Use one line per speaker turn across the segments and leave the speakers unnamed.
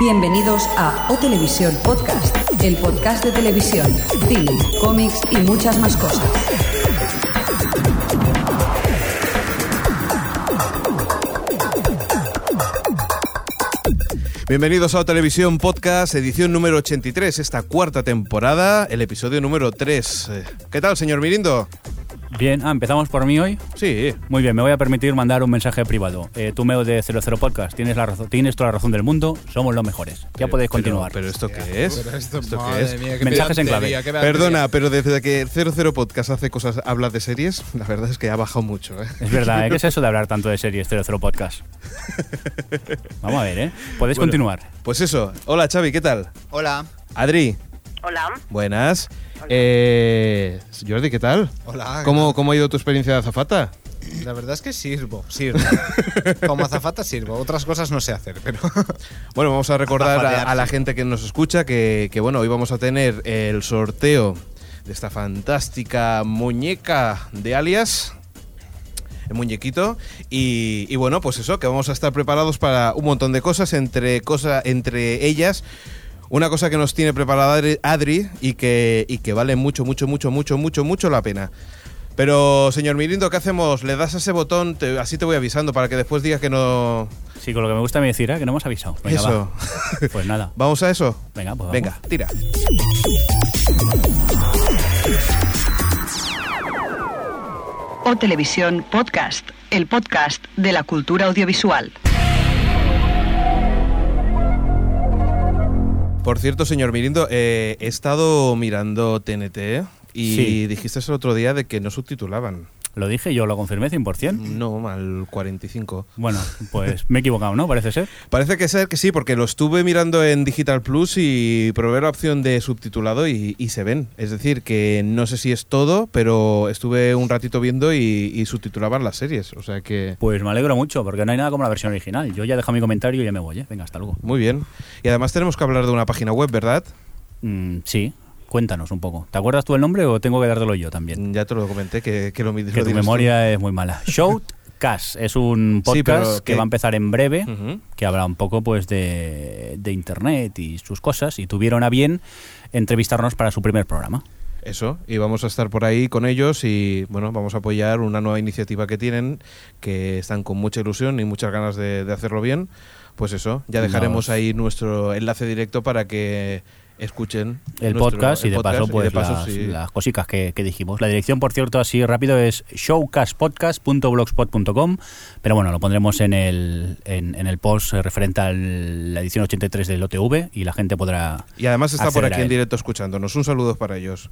Bienvenidos a O Televisión Podcast, el podcast de televisión, cine, cómics y muchas más cosas.
Bienvenidos a O Televisión Podcast, edición número 83, esta cuarta temporada, el episodio número 3. Eh, ¿Qué tal, señor Mirindo?
Bien, ah, empezamos por mí hoy.
Sí,
Muy bien, me voy a permitir mandar un mensaje privado. Eh, tu mail de 00 Podcast, tienes, la razón, tienes toda la razón del mundo, somos los mejores. Ya podéis continuar.
Pero, ¿esto qué es?
Pero esto,
¿Esto qué
madre
es?
mía, qué
Mensajes en
pedantería,
clave.
qué pedantería.
Perdona, pero desde que 00 Podcast hace cosas, habla de series, la verdad es que ha bajado mucho. ¿eh?
Es verdad, ¿eh? ¿qué es eso de hablar tanto de series 00 Podcast? Vamos a ver, ¿eh? Podéis
Bueno,
continuar.
Pues eso, hola Xavi, ¿qué tal?
Hola.
Adri,
Hola.
buenas. Eh, Jordi, ¿qué tal?
Hola.
¿Cómo, ¿Cómo ha ido tu experiencia de azafata?
La verdad es que sirvo, sirvo. Como azafata sirvo. Otras cosas no sé hacer, pero.
Bueno, vamos a recordar a,
Azafatear,
a la
sí.
gente que nos escucha que, que, bueno, hoy vamos a tener el sorteo de esta fantástica muñeca de alias. El muñequito. Y, y, bueno, pues eso, que vamos a estar preparados para un montón de cosas, entre, cosa, entre ellas. Una cosa que nos tiene preparada Adri- Adri y que, y que vale mucho, mucho, mucho, mucho, mucho, mucho la pena. Pero, señor Mirindo, ¿qué hacemos? ¿Le das a ese botón? Te- así te voy avisando para que después digas que no...
Sí, con lo que me gusta me decir, ¿eh? Que no hemos avisado. Venga,
Eso.
va. Pues nada.
¿Vamos a eso?
Venga, pues vamos.
Venga, tira.
O Televisión Podcast, el podcast de la cultura audiovisual.
Por cierto, señor Mirindo, eh, he estado mirando TNT ¿eh? y
Sí.
dijiste el otro día de que no subtitulaban.
Lo dije, yo lo confirmé 100%.
No, al 45.
Bueno, pues me he equivocado, ¿no? Parece ser.
Parece que ser que sí, porque lo estuve mirando en Digital Plus y probé la opción de subtitulado y, y se ven. Es decir, que no sé si es todo, pero estuve un ratito viendo y, y subtitulaban las series. O sea que.
Pues me alegro mucho, porque no hay nada como la versión original. Yo ya he dejado mi comentario y ya me voy, ¿eh? Venga, hasta luego.
Muy bien. Y además tenemos que hablar de una página web, ¿verdad?
Mm, sí, cuéntanos un poco. ¿Te acuerdas tú el nombre o tengo que dártelo yo también?
Ya te lo comenté, que, que lo mi- lo
que tu
dirás tú.
memoria es muy mala. Shoutcast es un
Sí, pero
podcast que
que-
va a empezar en breve,
Ujú.
que habla un poco pues de, de internet y sus cosas, y tuvieron a bien entrevistarnos para su primer programa.
Eso, y vamos a estar por ahí con ellos y bueno, vamos a apoyar una nueva iniciativa que tienen, que están con mucha ilusión y muchas ganas de, de hacerlo bien. Pues eso, ya dejaremos
Vamos.
ahí nuestro enlace directo para que escuchen
El
nuestro-
podcast y
el
de
podcast,
paso,
y
pues
de paso,
las,
sí.
las cositas que, que dijimos. La dirección, por cierto, así rápido es showcastpodcast.blogspot.com, pero bueno, lo pondremos en el, en, en el post eh, referente a la edición 83 del OTV y la gente podrá.
Y además está por
acceder a
aquí en
él.
directo escuchándonos. Un saludo para ellos.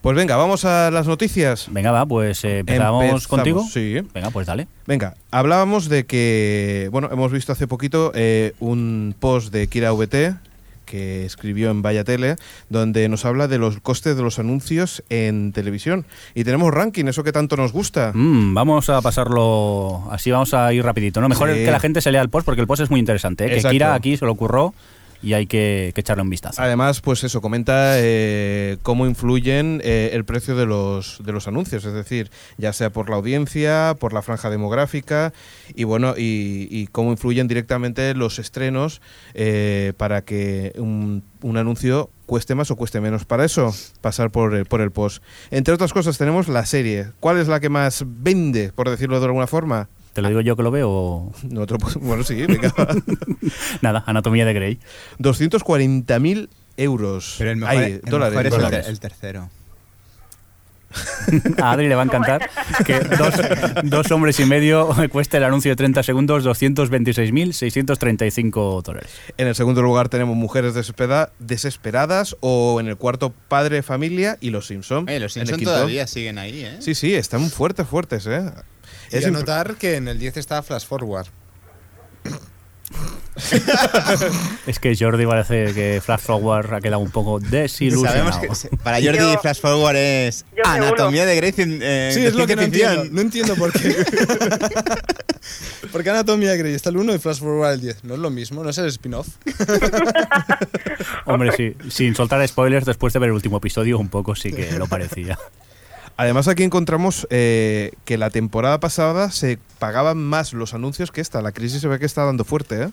Pues venga, vamos a las noticias.
Venga, va, pues eh, empezamos,
Empezamos,
contigo.
sí.
Venga, pues dale.
Venga, hablábamos de que, bueno, hemos visto hace poquito eh, un post de Kira VT que escribió en Vaya Tele, donde nos habla de los costes de los anuncios en televisión. Y tenemos ranking, eso que tanto nos gusta.
Mm, vamos a pasarlo así, vamos a ir rapidito. ¿no? Mejor
Sí.
que la gente se lea el post porque el post es muy interesante. ¿eh? Que
Exacto.
Kira aquí se lo ocurrió y hay que, que echarle un vistazo.
Además, pues eso, comenta eh, cómo influyen eh, el precio de los, de los anuncios, es decir, ya sea por la audiencia, por la franja demográfica y bueno, y, y cómo influyen directamente los estrenos eh, para que un, un anuncio cueste más o cueste menos. Para eso, pasar por el, por el post. Entre otras cosas, tenemos la serie. ¿Cuál es la que más vende, por decirlo de alguna forma?
¿Te lo digo yo que lo veo?
No te lo puedo- bueno, sí, venga.
Nada, Anatomía de Grey.
240.000 euros.
Pero el mejor,
Ay,
el
dólares.
mejor es el
dólares.
ter- el, tercero.
A Adri le va a encantar que dos, dos hombres y medio cueste el anuncio de 30 segundos 226.635 dólares.
En el segundo lugar tenemos Mujeres Desespera- Desesperadas o en el cuarto Padre Familia y Los Simpson.
Eh, los
En el
Simpson
quinto.
todavía siguen ahí, ¿eh?
Sí, sí, están fuertes, fuertes, ¿eh?
Es
impre-
notar que en el 10 está Flash Forward.
Es que Jordi parece que Flash Forward ha quedado un poco desilusionado.
Sabemos que se- para Jordi
Yo-
Flash Forward es
yo me
Anatomía de Grey en, eh, de ciencia ficción.
No entiendo por qué. Porque Anatomía Grey está el 1 y Flash Forward el 10. No es lo mismo, no es el spin-off.
Hombre, sí, sin soltar spoilers después de ver el último episodio, un poco sí que lo parecía.
Además aquí encontramos eh, que la temporada pasada se pagaban más los anuncios que esta. La crisis se ve que está dando fuerte, ¿eh?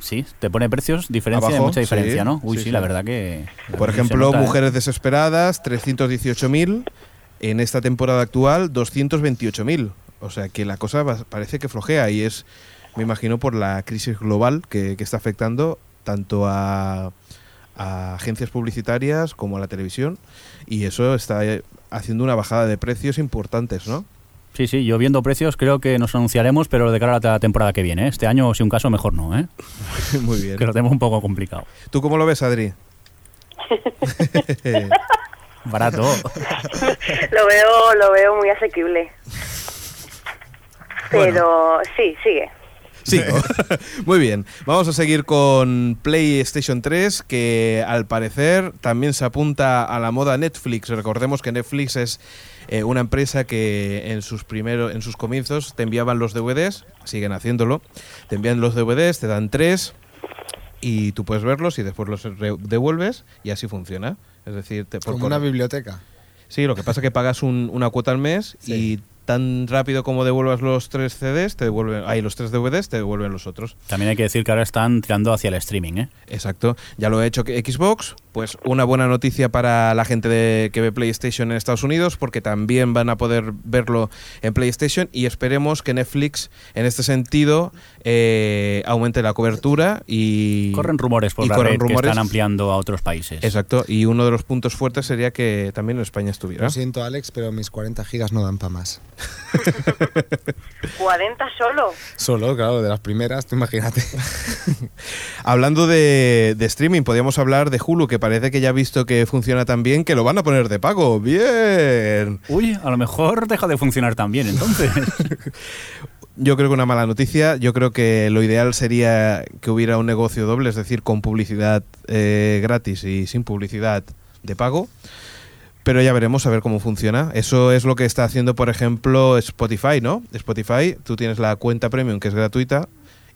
Sí, te pone precios, diferencia,
Abajo,
mucha diferencia,
sí,
¿no? Uy,
sí,
sí,
sí.
la verdad que. la
Por
verdad que se
ejemplo,
nota, ¿eh?
Mujeres Desesperadas, 318.000. En esta temporada actual, 228.000. O sea que la cosa va- parece que flojea y es, me imagino, por la crisis global que, que está afectando tanto a, a agencias publicitarias como a la televisión. Y eso está eh, haciendo una bajada de precios importantes, ¿no?
Sí, sí, yo viendo precios creo que nos anunciaremos, pero de cara a la temporada que viene. ¿eh? Este año, si un caso, mejor no, ¿eh?
Muy
Que
bien.
lo tenemos un poco complicado.
¿Tú cómo lo ves, Adri?
Barato.
lo veo lo veo muy asequible pero sí sigue
Sí, Muy bien. Vamos a seguir con PlayStation 3, que al parecer también se apunta a la moda Netflix. Recordemos que Netflix es eh, una empresa que en sus primero, en sus comienzos te enviaban los DVDs, siguen haciéndolo. Te envían los DVDs, te dan tres y tú puedes verlos y después los re- devuelves y así funciona. Es decir, te, por
Como una
correo.
biblioteca.
Sí, lo que pasa es que pagas un- una cuota al mes y tan rápido como devuelvas los tres CDs, te devuelven, ay, los tres DVDs, te devuelven los otros.
También hay que decir que ahora están tirando hacia el streaming, ¿eh?
Exacto. Ya lo ha hecho que- Xbox. Pues una buena noticia para la gente de, que ve PlayStation en Estados Unidos, porque también van a poder verlo en PlayStation y esperemos que Netflix, en este sentido, eh, aumente la cobertura y
Corren rumores por
y
la
corren
red que
rumores.
están ampliando a otros países.
Exacto. Y uno de los puntos fuertes sería que también en España estuviera.
Lo siento, Alex, pero mis 40 gigas no dan para más.
40 solo
Solo, claro, de las primeras, tú imagínate.
Hablando de, de streaming, podríamos hablar de Hulu, que parece que ya ha visto que funciona tan bien que lo van a poner de pago. Bien.
Uy, a lo mejor deja de funcionar también, entonces.
Yo creo que una mala noticia. Yo creo que lo ideal sería que hubiera un negocio doble, es decir, con publicidad eh, gratis y sin publicidad de pago. Pero ya veremos a ver cómo funciona. Eso es lo que está haciendo, por ejemplo, Spotify, ¿no? Spotify, tú tienes la cuenta premium que es gratuita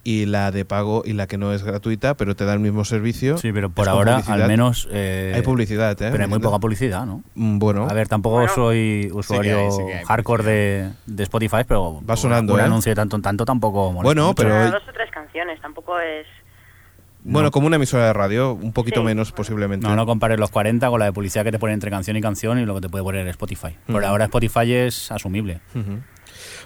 y la de pago y la que no es gratuita, pero te da el mismo servicio.
sí, pero
Es
por
con
ahora,
publicidad.
al menos. eh,
Hay publicidad, ¿eh?
Pero hay muy poca publicidad, ¿no?
Mm, Bueno,
A ver, tampoco
Bueno.
soy usuario
sí que hay
hardcore de, de Spotify, pero
Va sonando,
un
¿eh?
anuncio de tanto en tanto tampoco molesta
Bueno,
mucho.
pero-
Ah, dos o tres canciones tampoco es
bueno, como una emisora de radio, un poquito
Sí.
menos posiblemente.
No, no compares los 40 con la de publicidad que te ponen entre canción y canción y lo que te puede poner Spotify. Por
Mm.
ahora Spotify es asumible.
Ujú.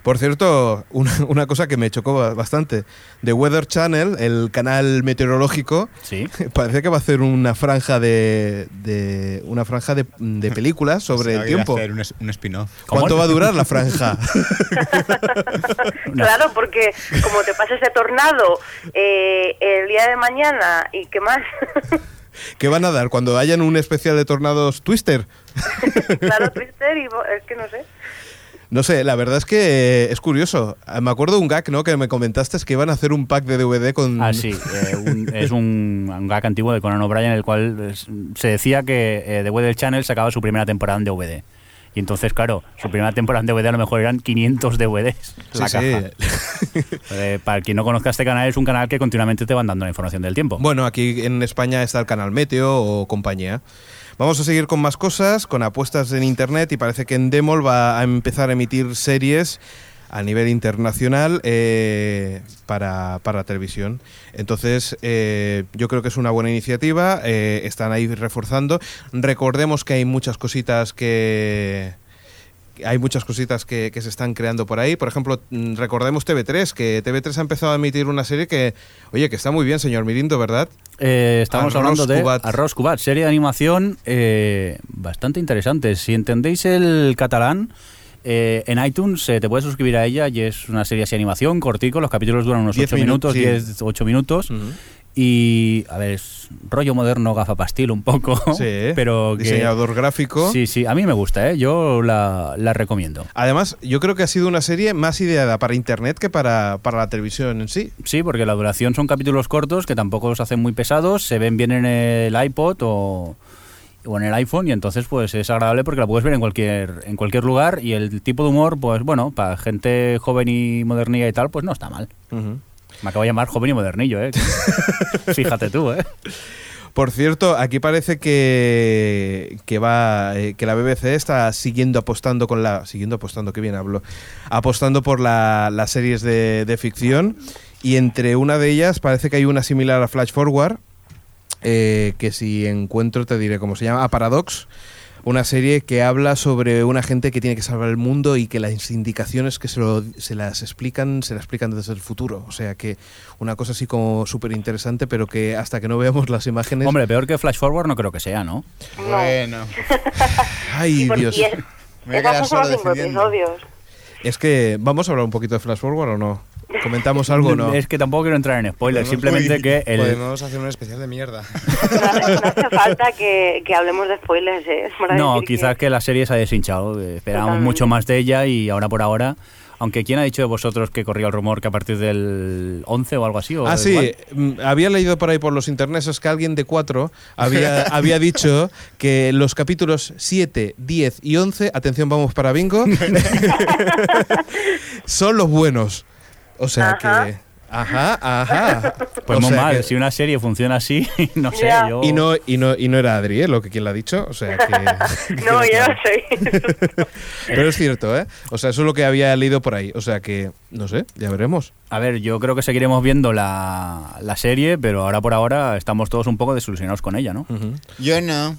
Por cierto, una, una cosa que me chocó ba- bastante. The Weather Channel, el canal meteorológico,
Sí.
parece que va a hacer una franja de, de- una franja de, de películas sobre el
Habría que
tiempo.
hacer un, es- un spin-off.
¿Cómo?
¿Cuánto va a durar la franja?
claro porque como te pases de tornado eh, el día de mañana y qué más
¿Qué van a dar cuando hayan un especial de tornados Twister?
claro Twister y bo- es que no sé
No sé, la verdad es que eh, es curioso. Ah, Me acuerdo un gag, ¿no? Que me comentaste es que iban a hacer un pack de DVD con
Ah, sí. eh, un- es un, un gag antiguo de Conan O'Brien en el cual es- se decía que eh, The Weather Channel sacaba su primera temporada en DVD. Y entonces, claro, su primera temporada en DVD a lo mejor eran 500 DVDs. la
Sí,
caja.
sí.
Eh, para quien no conozca este canal, es un canal que continuamente te van dando la información del tiempo.
Bueno, aquí en España está el canal Meteo o compañía. Vamos a seguir con más cosas, con apuestas en internet y parece que Endemol va a empezar a emitir series a nivel internacional eh, para, para televisión. Entonces, eh, yo creo que es una buena iniciativa, eh, están ahí reforzando. Recordemos que hay muchas cositas que, hay muchas cositas que, que se están creando por ahí. Por ejemplo, mm, recordemos TV3, que TV3 ha empezado a emitir una serie que, oye, que está muy bien, señor Mirindo, ¿verdad?
Eh, estamos
Arroz
hablando de
Cubat.
Arroz Cubat, serie de animación eh, bastante interesante. Si entendéis el catalán, eh, en iTunes eh, te puedes suscribir a ella y es una serie así de animación, cortico, los capítulos duran unos
Diez
8
minutos,
minutos,
sí.
10, 8 minutos. Y, a ver, es rollo moderno, gafapastil un poco.
Sí,
Oh, pero que-
diseñador gráfico.
Sí, sí, a mí me gusta, ¿eh? yo la, la recomiendo.
Además, yo creo que ha sido una serie más ideada para internet que para, para la televisión en sí.
Sí, porque la duración son capítulos cortos que tampoco los hacen muy pesados, se ven bien en el iPod o, o en el iPhone y entonces pues es agradable porque la puedes ver en cualquier en cualquier lugar y el tipo de humor pues bueno, para gente joven y modernilla y tal pues no está mal. Me acabo de llamar joven y modernillo, ¿eh? Fíjate tú, ¿eh?
Por cierto, aquí parece que, que va eh, que la BBC está siguiendo apostando con la siguiendo apostando, qué bien hablo, apostando por la- las series de, de ficción Y entre una de ellas parece que hay una similar a Flash Forward, eh, que si encuentro te diré cómo se llama, a Paradox. Una serie que habla sobre una gente que tiene que salvar el mundo y que las indicaciones que se, lo- se las explican, se las explican desde el futuro. O sea que una cosa así como súper interesante, pero que hasta que no veamos las imágenes.
Hombre, peor que Flash Forward no creo que sea, ¿no?
Bueno.
¡Ay,
Porque
Dios!
es-
Me voy a
esas
quedar
son solo
solo
cinco
defendiendo.
episodios.
Es que, ¿vamos a hablar un poquito de Flash Forward o no? ¿Comentamos algo o no?
Es que tampoco quiero entrar en spoilers,
Podemos-
simplemente
Uy,
que el,
Podemos hacer un especial de mierda.
No, hace- no hace falta que, que hablemos de spoilers, ¿eh? Para
No,
decir
quizás que la serie se ha deshinchado. eh, Esperábamos
Totalmente.
mucho más de ella y ahora por ahora. Aunque, ¿quién ha dicho de vosotros que corría el rumor que a partir del 11 o algo así? O
Ah,
da
sí,
igual?
mm, había leído por ahí por los internesos que alguien de cuatro había, había dicho que los capítulos 7, 10 y 11, atención, vamos para bingo, son los buenos. O sea
Ajá.
que. Ajá, ajá.
Pues
O
muy
sea
mal.
que-
Si una serie funciona así, no sé.
Ya.
Yo...
y, no, y, no, y no era Adri, ¿eh? lo que quien lo ha dicho. O sea que.
No, yo no soy.
Pero es cierto, ¿eh? O sea, eso es lo que había leído por ahí. O sea que, no sé, ya veremos.
A ver, yo creo que seguiremos viendo la, la serie, pero ahora por ahora estamos todos un poco desilusionados con ella, ¿no?
Yo no.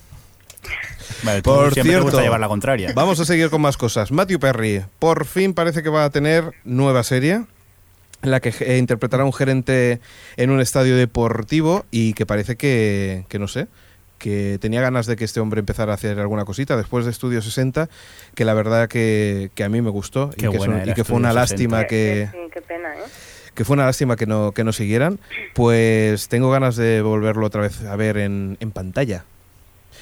Vale, tú
Por
siempre te
cierto.
gusta llevar la contraria.
Vamos a seguir con más cosas. Matthew Perry, por fin parece que va a tener nueva serie en la que eh, interpretará a un gerente en un estadio deportivo y que parece que, que no sé, que tenía ganas de que este hombre empezara a hacer alguna cosita después de Estudio 60, que la verdad que, que a mí me gustó y
Qué
que,
buena
son- y
era
que fue una
Estudio
lástima Ah, que,
Sí, qué pena, ¿eh?
que fue una lástima que no, que no siguieran, pues tengo ganas de volverlo otra vez a ver en, en pantalla.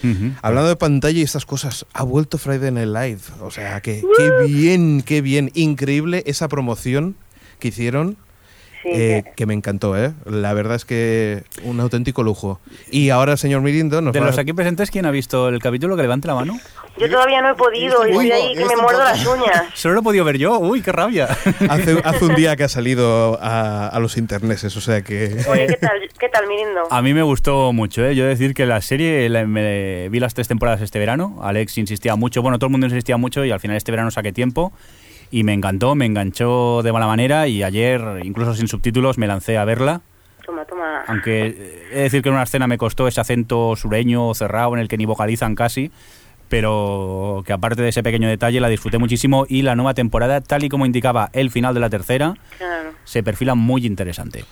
Ujú.
Hablando de pantalla y estas cosas, ha vuelto Friday Night Live. O sea, que qué bien, qué bien. Increíble esa promoción que hicieron,
Sí,
eh, que me encantó, ¿eh? La verdad es que un auténtico lujo. Y ahora el señor Mirindo nos
De
va
los
a-
aquí presentes, ¿quién ha visto el capítulo? Que levante la mano.
Yo todavía no he podido,
Yo
y estoy
tampoco, yo
ahí que me
tampoco.
muerdo las uñas.
Solo lo he podido ver yo. Uy, qué rabia.
hace, hace un día que ha salido a, a los interneses, o sea que...
Oye, ¿qué tal, qué tal Mirindo?
A mí me gustó mucho, ¿eh? Yo decir que la serie, la- me, vi las tres temporadas este verano. Alex insistía mucho, bueno, todo el mundo insistía mucho y al final este verano saqué tiempo. Y me encantó, me enganchó de mala manera y ayer, incluso sin subtítulos, me lancé a verla.
Toma, toma.
Aunque eh, he de decir que en una escena me costó ese acento sureño cerrado en el que ni vocalizan casi. Pero que aparte de ese pequeño detalle la disfruté muchísimo y la nueva temporada, tal y como indicaba el final de la tercera,
Claro,
se perfila muy interesante.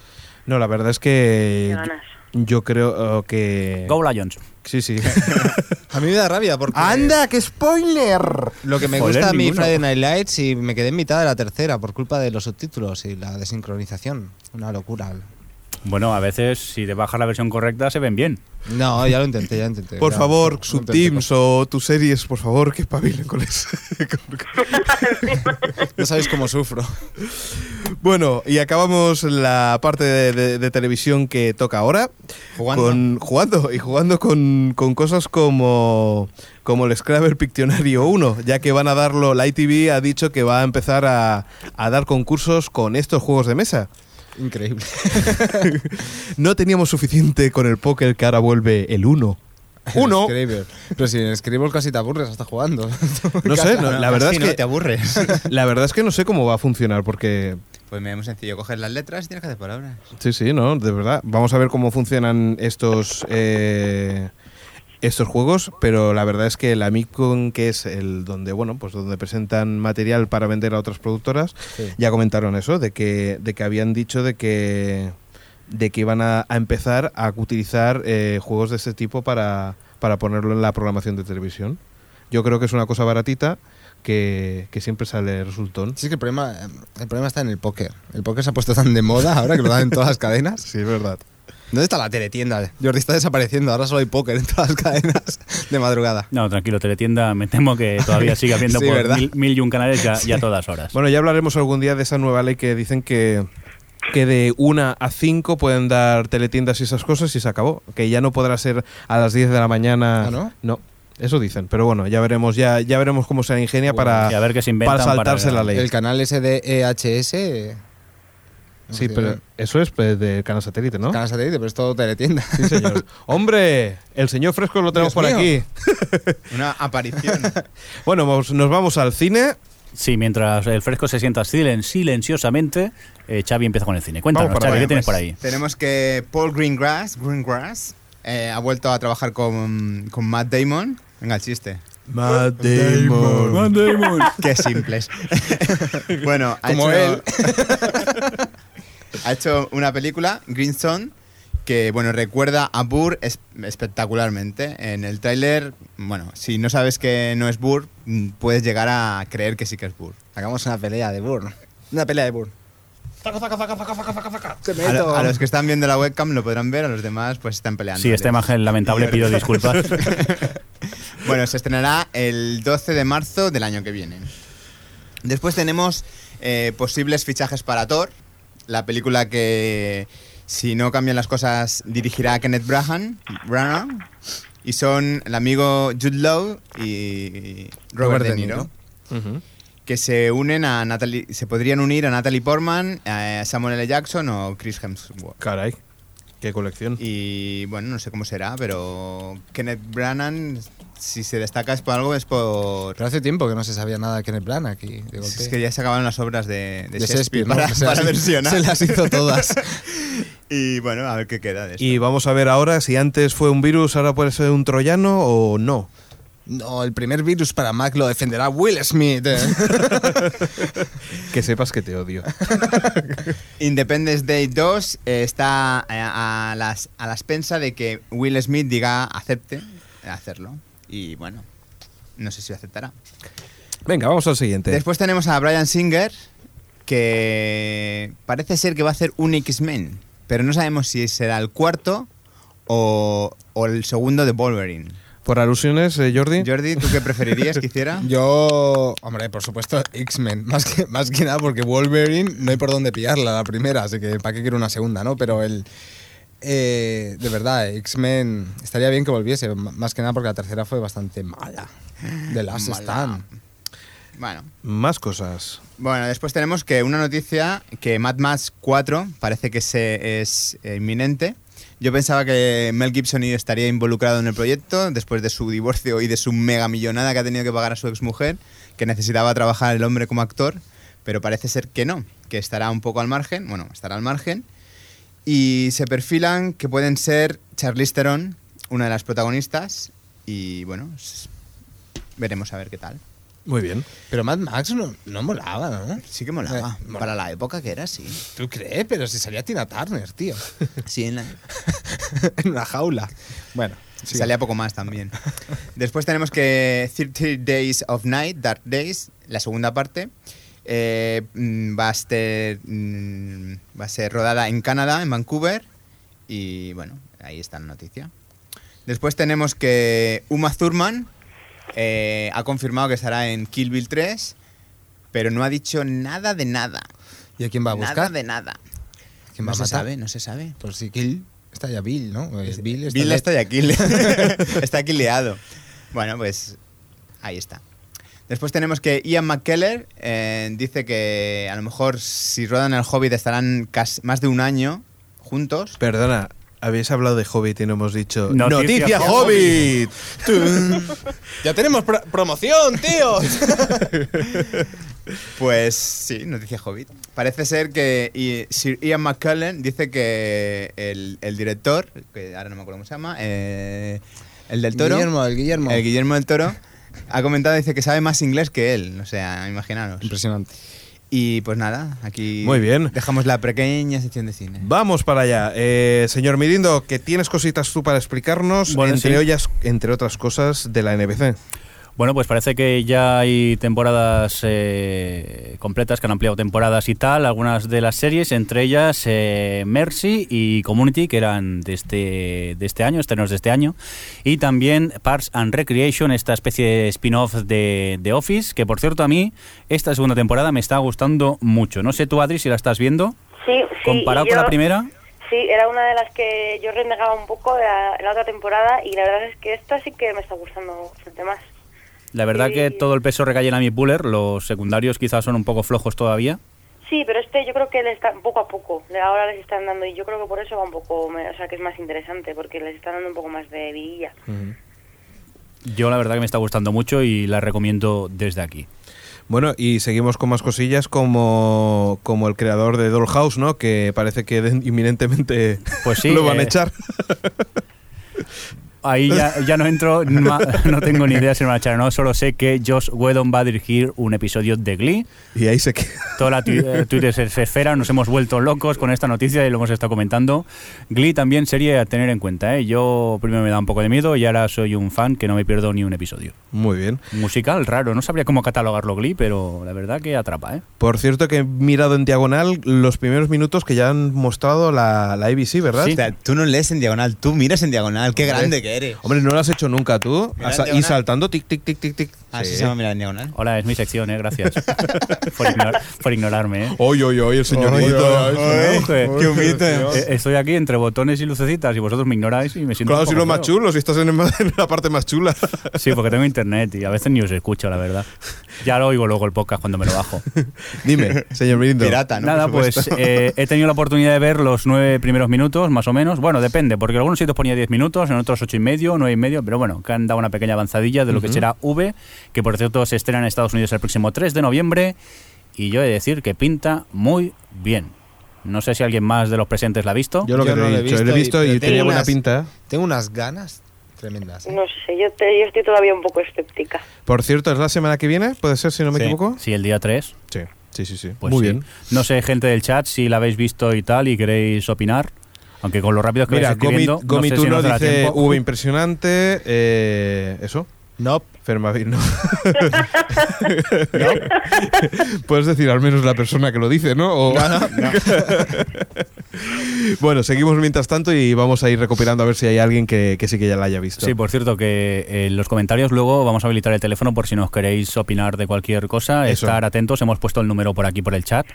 No, la verdad es que...
Qué ganas.
Yo creo eh, que...
Go Lions.
Sí, sí.
A mí me da rabia porque.
qué spoiler!
Lo que me
Joder,
gusta a mí
ninguno.
Friday Night Lights y me quedé en mitad de la tercera por culpa de los subtítulos y la desincronización. Una locura.
Bueno, a veces si te bajas la versión correcta se ven bien.
No, ya lo intenté, ya lo intenté.
Por
ya. Lo
favor,
intenté.
subteams o tus series, por favor, que espabilen con eso.
No sabéis cómo sufro.
bueno, y acabamos la parte de, de- de televisión que toca ahora.
Jugando.
Con, jugando y jugando con, con cosas como, como el Scrabble Piccionario 1, ya que van a darlo, la ITV ha dicho que va a empezar a, a dar concursos con estos juegos de mesa.
Increíble.
No teníamos suficiente con el póker que ahora vuelve el 1. Uno.
Scribble. Pero si en Scribble casi te aburres hasta jugando.
No sé, no, la verdad
Así
es que
no te aburres.
la verdad es que no sé cómo va a funcionar porque
Pues me muy sencillo, coges las letras y tienes que hacer palabras.
Sí, sí, no, de verdad. Vamos a ver cómo funcionan estos eh, estos juegos, pero la verdad es que la Micon, que es el donde bueno, pues donde presentan material para vender a otras productoras, ya comentaron eso, de que de que habían dicho de que de que iban a, a empezar a utilizar eh, juegos de este tipo para para ponerlo en la programación de televisión. Yo creo que es una cosa baratita que, que siempre sale resultón.
Sí, es que el problema, eh, el problema está en el póker. El póker se ha puesto tan de moda ahora que lo dan en todas las cadenas.
Sí, es verdad.
¿Dónde está la teletienda? Jordi está desapareciendo. Ahora solo hay póker en todas las cadenas de madrugada.
No, tranquilo, Teletienda, me temo que todavía sigue habiendo
Sí,
por
¿verdad?
mil, mil y un canales ya, ya a todas horas.
Bueno, ya hablaremos algún día de esa nueva ley que dicen que, que de 1 a 5 pueden dar teletiendas y esas cosas y se acabó. Que ya no podrá ser a las 10 de la mañana.
¿Ah, no?
Eso dicen, pero bueno, ya veremos, ya, ya veremos cómo se ingenia
Bueno,
para,
y a ver qué se inventan
para saltarse
para-
la ley.
El canal ese de
E
EHS. eh, no
sí,
sé,
pero eso es pues, de canal satélite, ¿no?
Canal satélite, pero es todo teletienda.
Sí, señor. Hombre, el señor Fresco lo tenemos
Dios
por
mío.
aquí.
Una aparición.
Bueno, vamos- nos vamos al cine
Sí, mientras el fresco se sienta silen- silenciosamente, eh, Xavi empieza con el cine. Cuéntanos,
Vamos para
Xavi,
allá,
¿qué tienes
pues.
por ahí?
Tenemos que Paul Greengrass, Greengrass eh, ha vuelto a trabajar con, con Matt Damon. Venga, el chiste.
Matt Damon.
Qué simples. bueno, ha
Como
hecho-
él.
ha hecho una película, Green Zone, que bueno, recuerda a Burr es- espectacularmente. En el tráiler, bueno, si no sabes que no es Burr, mm, puedes llegar a creer que sí que es Burr.
Hagamos una pelea de Burn. Una pelea de Burn. Te
A, lo-
meto.
a los que están viendo la webcam lo podrán ver, a los demás pues están peleando.
este
Sí, esta imagen lamentable pido disculpas.
Bueno, se estrenará el 12 de marzo del año que viene. Después tenemos eh, posibles fichajes para Thor, la película que, si no cambian las cosas, dirigirá a Kenneth Branagh, Branagh, y son el amigo Jude Law y Robert, De Niro,
Ujú.
que se unen a Natalie, se podrían unir a Natalie Portman, a Samuel L. Jackson o Chris Hemsworth.
Caray, qué colección.
Y bueno, no sé cómo será, pero Kenneth Branagh, si se destaca es por algo, es por
Pero hace tiempo que no se sabía nada de Kenneth Branagh aquí. De golpe.
Si es que ya se acabaron las obras de, de
De Shakespeare,
Shakespeare,
¿no?
para,
O sea,
para
se-
versionar.
Se las hizo todas.
Y bueno, a ver qué queda de esto.
Y vamos a ver ahora si antes fue un virus, ahora puede ser un troyano o no.
No, el primer virus para Mac lo defenderá Will Smith. eh.
Que sepas que te odio.
Independence Day 2 eh, está a, a las, a las pensas de que Will Smith diga acepte hacerlo. Y bueno, no sé si lo aceptará.
Venga, vamos al siguiente.
Después tenemos a Brian Singer, que parece ser que va a hacer un X-Men, pero no sabemos si será el cuarto o, o el segundo de Wolverine.
Por alusiones, eh, Jordi.
Jordi, ¿tú qué preferirías que hiciera?
Yo, hombre, por supuesto, X-Men. Más que, más que nada porque Wolverine no hay por dónde pillarla la primera, así que ¿para qué quiero una segunda, no? Pero el. eh, de verdad, X-Men estaría bien que volviese, m- más que nada porque la tercera fue bastante mala. De las
Mala.
están.
Bueno.
Más cosas.
Bueno, después tenemos que una noticia que Mad Max 4 parece que se, es eh, inminente. Yo pensaba que Mel Gibson estaría involucrado en el proyecto después de su divorcio y de su mega millonada que ha tenido que pagar a su exmujer, que necesitaba trabajar el hombre como actor, pero parece ser que no, que estará un poco al margen, bueno, estará al margen. Y se perfilan que pueden ser Charlize Theron, una de las protagonistas, y bueno, s- veremos a ver qué tal.
Muy bien.
Pero Mad Max no, no molaba, ¿no?
Sí que molaba,
Eh, mola.
para la época que era, sí.
¿Tú crees? Pero si salía Tina Turner, tío.
Sí, en la-
en una jaula. Bueno, sí.
salía poco más también. Después tenemos que 30 Days of Night, Dark Days, la segunda parte, eh, mm, va, a ser, mm, va a ser rodada en Canadá, en Vancouver, y bueno, ahí está la noticia. Después tenemos que Uma Thurman eh, ha confirmado que estará en Kill Bill 3, pero no ha dicho nada de nada.
¿Y a quién va a
nada
buscar?
de nada.
¿Quién va
no
a
se
matar?
sabe, no se sabe.
Por si Kill. Está ya Bill, ¿no? Es Bill está
Bill
ya-
está ya aquí. está quileado. Bueno, pues ahí está. Después tenemos que Ian McKellar eh, dice que a lo mejor si rodan el Hobbit estarán cas- más de un año juntos.
Perdona, habéis hablado de Hobbit y no hemos dicho.
Noticia
¡Noticia, Hobbit!
Hobbit!
¡Ya tenemos pro- promoción, tío!
Pues sí, noticia Hobbit. Parece ser que I- Sir Ian McKellen dice que el, el director, que ahora no me acuerdo cómo se llama, eh, el del toro,
Guillermo, el Guillermo.
el Guillermo del Toro, ha comentado, dice que sabe más inglés que él. O sea, imaginaros.
Impresionante.
Y pues nada, aquí
Muy bien.
dejamos la pequeña sección de cine.
Vamos para allá. Eh, señor Mirindo, que tienes cositas tú para explicarnos,
Bueno,
entre,
sí.
ollas- entre otras cosas, de la NBC.
Bueno, pues parece que ya hay temporadas eh, completas, que han ampliado temporadas y tal, algunas de las series, entre ellas eh, Mercy y Community, que eran de este, de este año, estrenos de este año, y también Parks and Recreation, esta especie de spin-off de, de Office, que por cierto a mí esta segunda temporada me está gustando mucho. No sé tú, Adri, si la estás viendo,
Sí, sí.
comparado
y
con la
yo-
primera.
Sí, era una de las que yo renegaba un poco de la, la otra temporada y la verdad es que esta sí que me está gustando bastante más.
La verdad
Sí.
que todo el peso recae en Amy Puller, los secundarios quizás son un poco flojos todavía.
Sí, pero este yo creo que le está poco a poco, le- ahora les están dando y yo creo que por eso va un poco, me- o sea que es más interesante porque les están dando un poco más de vidilla.
Yo la verdad que me está gustando mucho y la recomiendo desde aquí.
Bueno, y seguimos con más cosillas como, como el creador de Dollhouse, ¿no? Que parece que de- inminentemente
Pues sí,
lo van a
eh,
echar.
Ahí ya, ya no entro, ma- no tengo ni idea si me van a echar o no, solo sé que Josh Whedon va a dirigir un episodio de Glee.
Y ahí se queda.
Toda la twi- eh, Twitter se- se esfera, nos hemos vuelto locos con esta noticia y lo hemos estado comentando. Glee también sería a tener en cuenta, ¿eh? Yo primero me da un poco de miedo y ahora soy un fan que no me pierdo ni un episodio.
Muy bien.
Musical, raro, no sabría cómo catalogarlo Glee, pero la verdad que atrapa, ¿eh?
Por cierto, que he mirado en diagonal los primeros minutos que ya han mostrado la, la ABC, ¿verdad? Este
Sí.
O sea, tú no lees en diagonal, tú miras en diagonal. Qué grande que eres.
Hombre, no lo has hecho nunca tú.
Mira en
Asa- y
diagonal.
saltando, tic, tic, tic, tic, tic.
Así
Sí.
se llama mirar en diagonal.
Hola, es mi sección, ¿eh? Gracias por, ignorar- por ignorarme, ¿eh?
Oy, oy, oy, el señorito.
Ay, ¡Qué humito!
Eh, Estoy aquí entre botones y lucecitas y vosotros me ignoráis y me siento.
Claro,
un
si
poco
lo más
feo.
chulo, si estás en, el ma- en la parte más chula.
Sí, porque tengo internet y a veces ni os escucho, la verdad. Ya lo oigo luego el podcast cuando me lo bajo.
Dime, señor Brindo.
Pirata, ¿no?
Nada,
Por
pues
supuesto.
eh, he tenido la oportunidad de ver los nueve primeros minutos, más o menos. Bueno, depende, porque en algunos sitios ponía diez minutos, en otros ocho y medio, nueve y medio, pero bueno, que han dado una pequeña avanzadilla de lo que será V, que por cierto se estrena en Estados Unidos el próximo 3 de noviembre. Y yo he de decir que pinta muy bien. No sé si alguien más de los presentes la ha visto.
Yo lo que
Yo
te
no
he
lo he
dicho, lo he
visto y-
visto y,
pero
tenía
tengo
buena
unas-
pinta.
Tengo unas ganas tremendas. ¿eh?
No sé, yo, te- yo estoy todavía un poco escéptica.
Por cierto, ¿es la semana que viene? ¿Puede ser, si no me
Sí.
equivoco?
Sí, el día 3.
Sí, sí, sí. sí.
Pues
Muy
sí.
bien.
No sé, gente del chat, si la habéis visto y tal y queréis opinar. Aunque con lo rápido que
Mira,
vais
Gomi,
escribiendo, no
Gomi
sé si
Turno
nos dará
dice
tiempo.
V impresionante. eh, ¿Eso?
No,
Fermavil, ¿no? Puedes decir al menos la persona que lo dice, ¿no? O- bueno, seguimos mientras tanto y vamos a ir recopilando a ver si hay alguien que, que sí que ya la haya visto.
Sí, por cierto, que eh, en los comentarios luego vamos a habilitar el teléfono por si nos queréis opinar de cualquier cosa.
Eso.
Estar atentos, hemos puesto el número por aquí por el chat,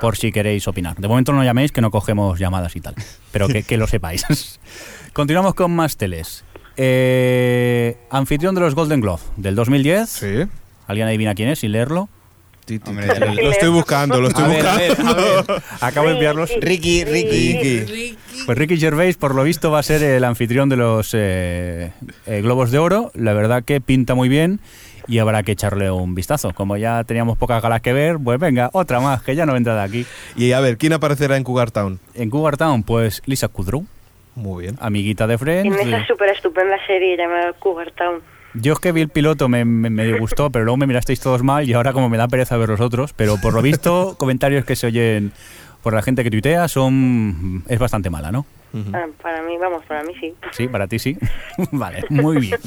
por si queréis opinar. De momento no llaméis, que no cogemos llamadas y tal, pero que, que lo sepáis. Continuamos con más teles. Eh, anfitrión de los Golden Globe del 2010.
Sí.
¿Alguien adivina quién es sin leerlo?
Ti, ti,
Hombre,
ti, ti.
ya
lo-
lo estoy buscando, lo estoy
A ver,
buscando.
a ver, a ver.
Acabo de enviarlos.
Ricky, Ricky.
Pues Ricky Gervais, por lo visto, va a ser el anfitrión de los eh, eh, Globos de Oro. La verdad que pinta muy bien y habrá que echarle un vistazo. Como ya teníamos pocas galas que ver, pues venga, otra más, que ya no vendrá de aquí.
Y a ver, ¿quién aparecerá en Cougar Town?
En Cougar Town, pues Lisa Kudrow,
Muy bien.
amiguita de Friends.
En esa súper estupenda serie llamada Cougar Town.
Yo es que vi el piloto, me, me, me disgustó, pero luego me mirasteis todos mal y ahora como me da pereza ver los otros, pero por lo visto, comentarios que se oyen por la gente que tuitea son... es bastante mala, ¿no?
Ah, para mí, vamos, para mí sí.
Sí, para ti sí. vale, muy bien.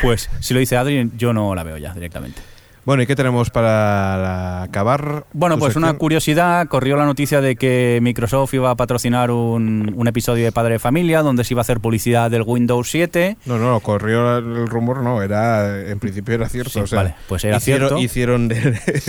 Pues si lo dice Adrien, yo no la veo ya directamente.
Bueno, ¿y qué tenemos para la- acabar?
Bueno,
tu
pues una
sección?
curiosidad, corrió la noticia de que Microsoft iba a patrocinar un, un episodio de Padre de Familia donde se iba a hacer publicidad del Windows 7.
No, no, corrió el rumor, no, era en principio era cierto.
Sí,
o sea,
vale, pues era
hicieron,
cierto.
Hicieron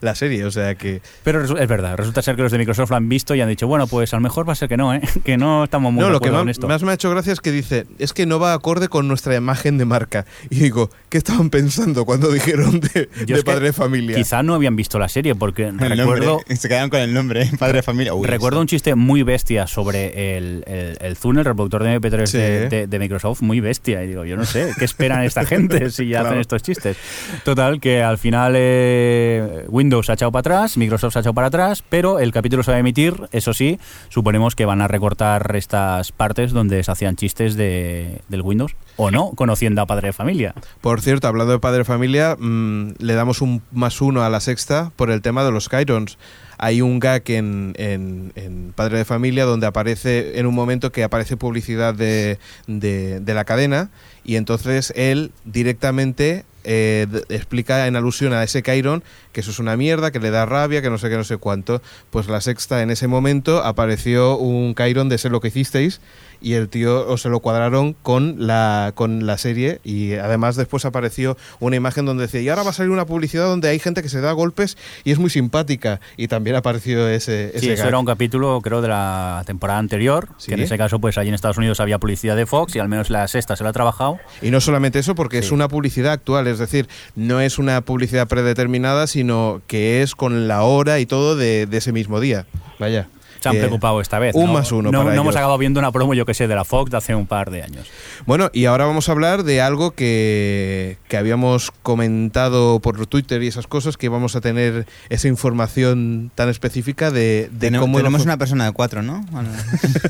la serie, o sea que.
Pero resu- es verdad, resulta ser que los de Microsoft lo han visto y han dicho, bueno, pues a lo mejor va a ser que no, ¿eh? que no estamos muy
no,
de
lo que
acuerdo
ma-
con
más,
esto.
me ha hecho gracia es que dice, es que no va acorde con nuestra imagen de marca. Y digo, ¿qué estaban pensando cuando dijeron de,
Yo
de
es que
padre de familia?
Quizá no habían visto la serie porque
El
recuerdo,
nombre, se quedaron con el nombre, ¿eh? padre de familia. Uy,
Recuerdo un chiste muy bestia sobre el, el, el Zoom, el reproductor de MP3
Sí.
de, de- de Microsoft, muy bestia. Y digo, yo no sé, ¿qué esperan esta gente si ya hacen estos chistes? Total, que al final eh, Windows se ha echado para atrás, Microsoft se ha echado para atrás, pero el capítulo se va a emitir, eso sí, suponemos que van a recortar estas partes donde se hacían chistes de, del Windows, o no, conociendo a Padre de Familia.
Por cierto, hablando de padre de familia, mm, le damos un más uno a la sexta por el tema de los Kyrons. Hay un gag en, en- en Padre de Familia donde aparece en un momento que aparece publicidad de, de- de la cadena y entonces él directamente eh, d- explica en alusión a ese Kyron que eso es una mierda, que le da rabia, que no sé qué, no sé cuánto. Pues la sexta en ese momento apareció un Kyron de sé lo que hicisteis y el tío o se lo cuadraron con la, con la serie y además después apareció una imagen donde decía y ahora va a salir una publicidad donde hay gente que se da golpes y es muy simpática y también apareció ese, ese
Sí, eso
gag.
era un capítulo, creo, de la temporada anterior,
Sí.
que en ese caso, pues allí en Estados Unidos había publicidad de Fox y al menos la sexta se la ha trabajado.
Y no solamente eso, porque es una publicidad actual, es decir, no es una publicidad predeterminada, sino que es con la hora y todo de, de ese mismo día. Vaya.
O se han
que
preocupado esta vez.
Un
¿no?
más uno
No,
para
no hemos
ellos.
acabado viendo una promo, yo que sé, de la Fox de hace un par de años.
Bueno, y ahora vamos a hablar de algo que, que habíamos comentado por Twitter y esas cosas, que vamos a tener esa información tan específica de, de
Tenem-
cómo...
tenemos
lo-
una persona de cuatro, ¿no? Bueno,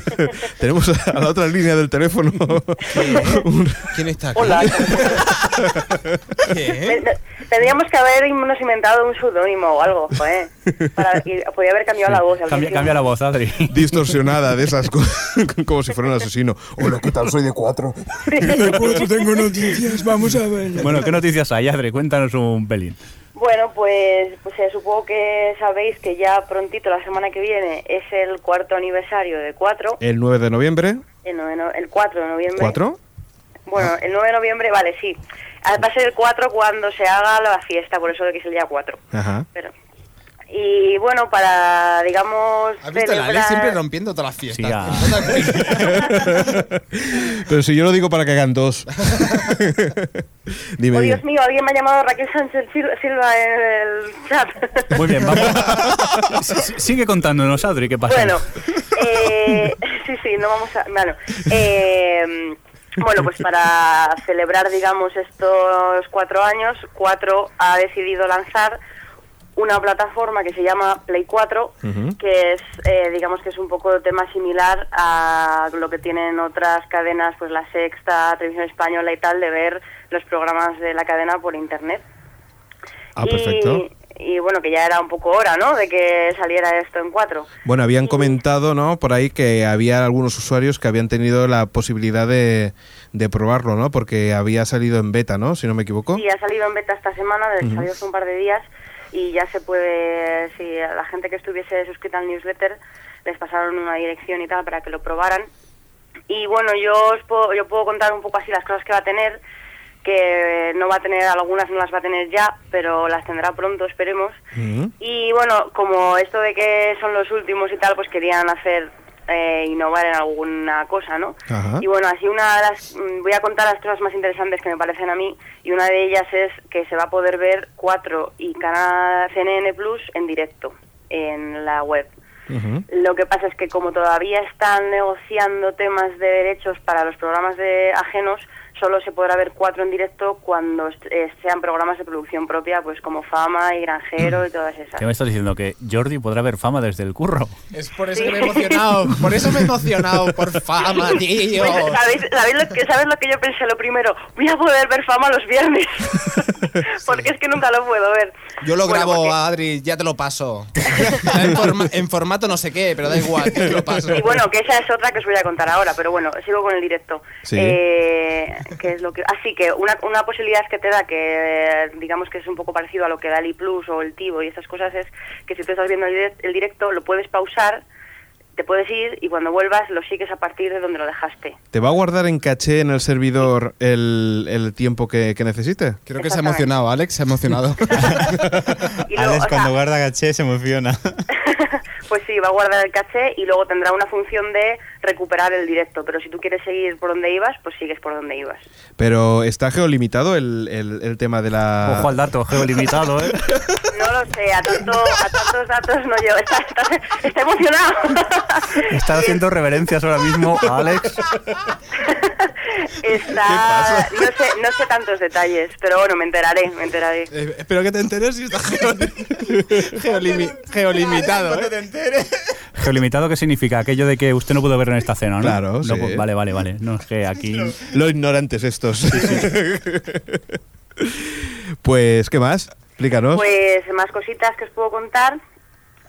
tenemos a la otra línea del teléfono.
¿Quién está aquí?
Hola.
¿Qué?
Tendríamos que habernos inventado un pseudónimo o algo, joder. Para, y podía haber cambiado la voz.
Cambia, cambia la voz, Adri.
distorsionada de esas cosas, como si fuera un asesino. Hola, ¿qué tal? Soy de cuatro.
tengo noticias, vamos a ver.
bueno, ¿qué noticias hay, Adri? Cuéntanos un pelín.
Bueno, pues, pues eh, supongo que sabéis que ya prontito, la semana que viene, es el cuarto aniversario de 4,
El 9 de noviembre.
el, noveno- el 4 de noviembre.
Eh. ¿Cuatro?
Bueno, el 9 de noviembre, vale, sí. Ah, Va a ser el 4 cuando se haga la fiesta, por eso de que es el día 4.
Ajá.
Pero, y bueno, para, digamos...
¿Has visto la ley
celebrar-
siempre rompiendo todas las
Sí,
fiestas?
ah.
Pero si yo lo digo para que hagan dos. Dime,
Oh,
dime.
Dios mío, alguien me ha llamado Raquel Sánchez Sil- Silva en el chat.
Muy bien, vamos. S- s- Sigue contándonos, Adri, qué pasa.
Bueno, eh, sí, sí, no vamos a... Bueno, eh, bueno, pues para celebrar, digamos, estos cuatro años, Cuatro ha decidido lanzar una plataforma que se llama Play 4,
Ujú.
que es, eh, digamos, que es un poco tema similar a lo que tienen otras cadenas, pues La Sexta, Televisión Española y tal, de ver los programas de la cadena por Internet.
Ah, perfecto.
Y, y bueno, que ya era un poco hora, ¿no?, de que saliera esto en Cuatro.
Bueno, habían comentado, ¿no? Por ahí que había algunos usuarios que habían tenido la posibilidad de, de probarlo, ¿no? Porque había salido en beta, ¿no? Si no me equivoco.
Sí, ha salido en beta esta semana, de- salió hace un par de días y ya se puede, si a la gente que estuviese suscrita al newsletter les pasaron una dirección y tal para que lo probaran. Y bueno, yo os puedo, yo puedo contar un poco así las cosas que va a tener, que no va a tener algunas, no las va a tener ya, pero las tendrá pronto, esperemos.
Ujú.
Y bueno, como esto de que son los últimos y tal, pues querían hacer eh, innovar en alguna cosa, ¿no?
Ajá.
Y bueno, así una de las mm, voy a contar las cosas más interesantes que me parecen a mí y una de ellas es que se va a poder ver 4 y canal CNN Plus en directo en la web.
Ujú.
Lo que pasa es que como todavía están negociando temas de derechos para los programas de ajenos, solo se podrá ver cuatro en directo cuando eh, sean programas de producción propia, pues como Fama y Granjero y todas esas.
¿Qué me estás diciendo? Que Jordi podrá ver fama desde el curro.
Es por eso que me he emocionado. Por eso me he emocionado. Por fama, tío.
Pues, ¿sabéis, sabéis lo que, ¿Sabes lo que yo pensé? Lo primero, voy a poder ver Fama los viernes, porque es que nunca lo puedo ver.
Yo lo
Bueno,
grabo,
porque-
Adri, ya te lo paso. en, forma- en formato no sé qué, pero da igual, yo te lo paso.
Y bueno, que esa es otra que os voy a contar ahora, pero bueno, sigo con el directo.
Sí.
Eh, que es lo que, así que una, una posibilidad que te da, que digamos que es un poco parecido a lo que da el Plus o el Tivo y estas cosas, es que si tú estás viendo el direct- el directo, lo puedes pausar, te puedes ir y cuando vuelvas lo sigues a partir de donde lo dejaste.
¿Te va a guardar en caché en el servidor el, el tiempo que, que necesite?
Creo que se ha emocionado, Alex, se ha emocionado.
Y luego,
Alex
o sea,
cuando guarda caché se emociona.
Pues sí, va a guardar el caché y luego tendrá una función de recuperar el directo. Pero si tú quieres seguir por donde ibas, pues sigues por donde ibas.
Pero está geolimitado el, el, el tema de la...
Ojo al dato, geolimitado, ¿eh?
No lo sé, a, tanto, a tantos datos no llevo. Está, está- está emocionado.
Está haciendo reverencias ahora mismo a Alex.
Está, no sé, no sé tantos detalles, pero bueno, me enteraré, me enteraré.
Eh, espero que te enteres si está geoli- geolimi- geolimitado. ¿eh?
Geolimitado, ¿qué significa? Aquello de que usted no pudo verlo en esta cena, ¿no?
Claro,
No,
sí.
pues, Vale, vale, vale. No, es que aquí...
Los ignorantes estos. pues, ¿qué más? Explícanos.
Pues más cositas que os puedo contar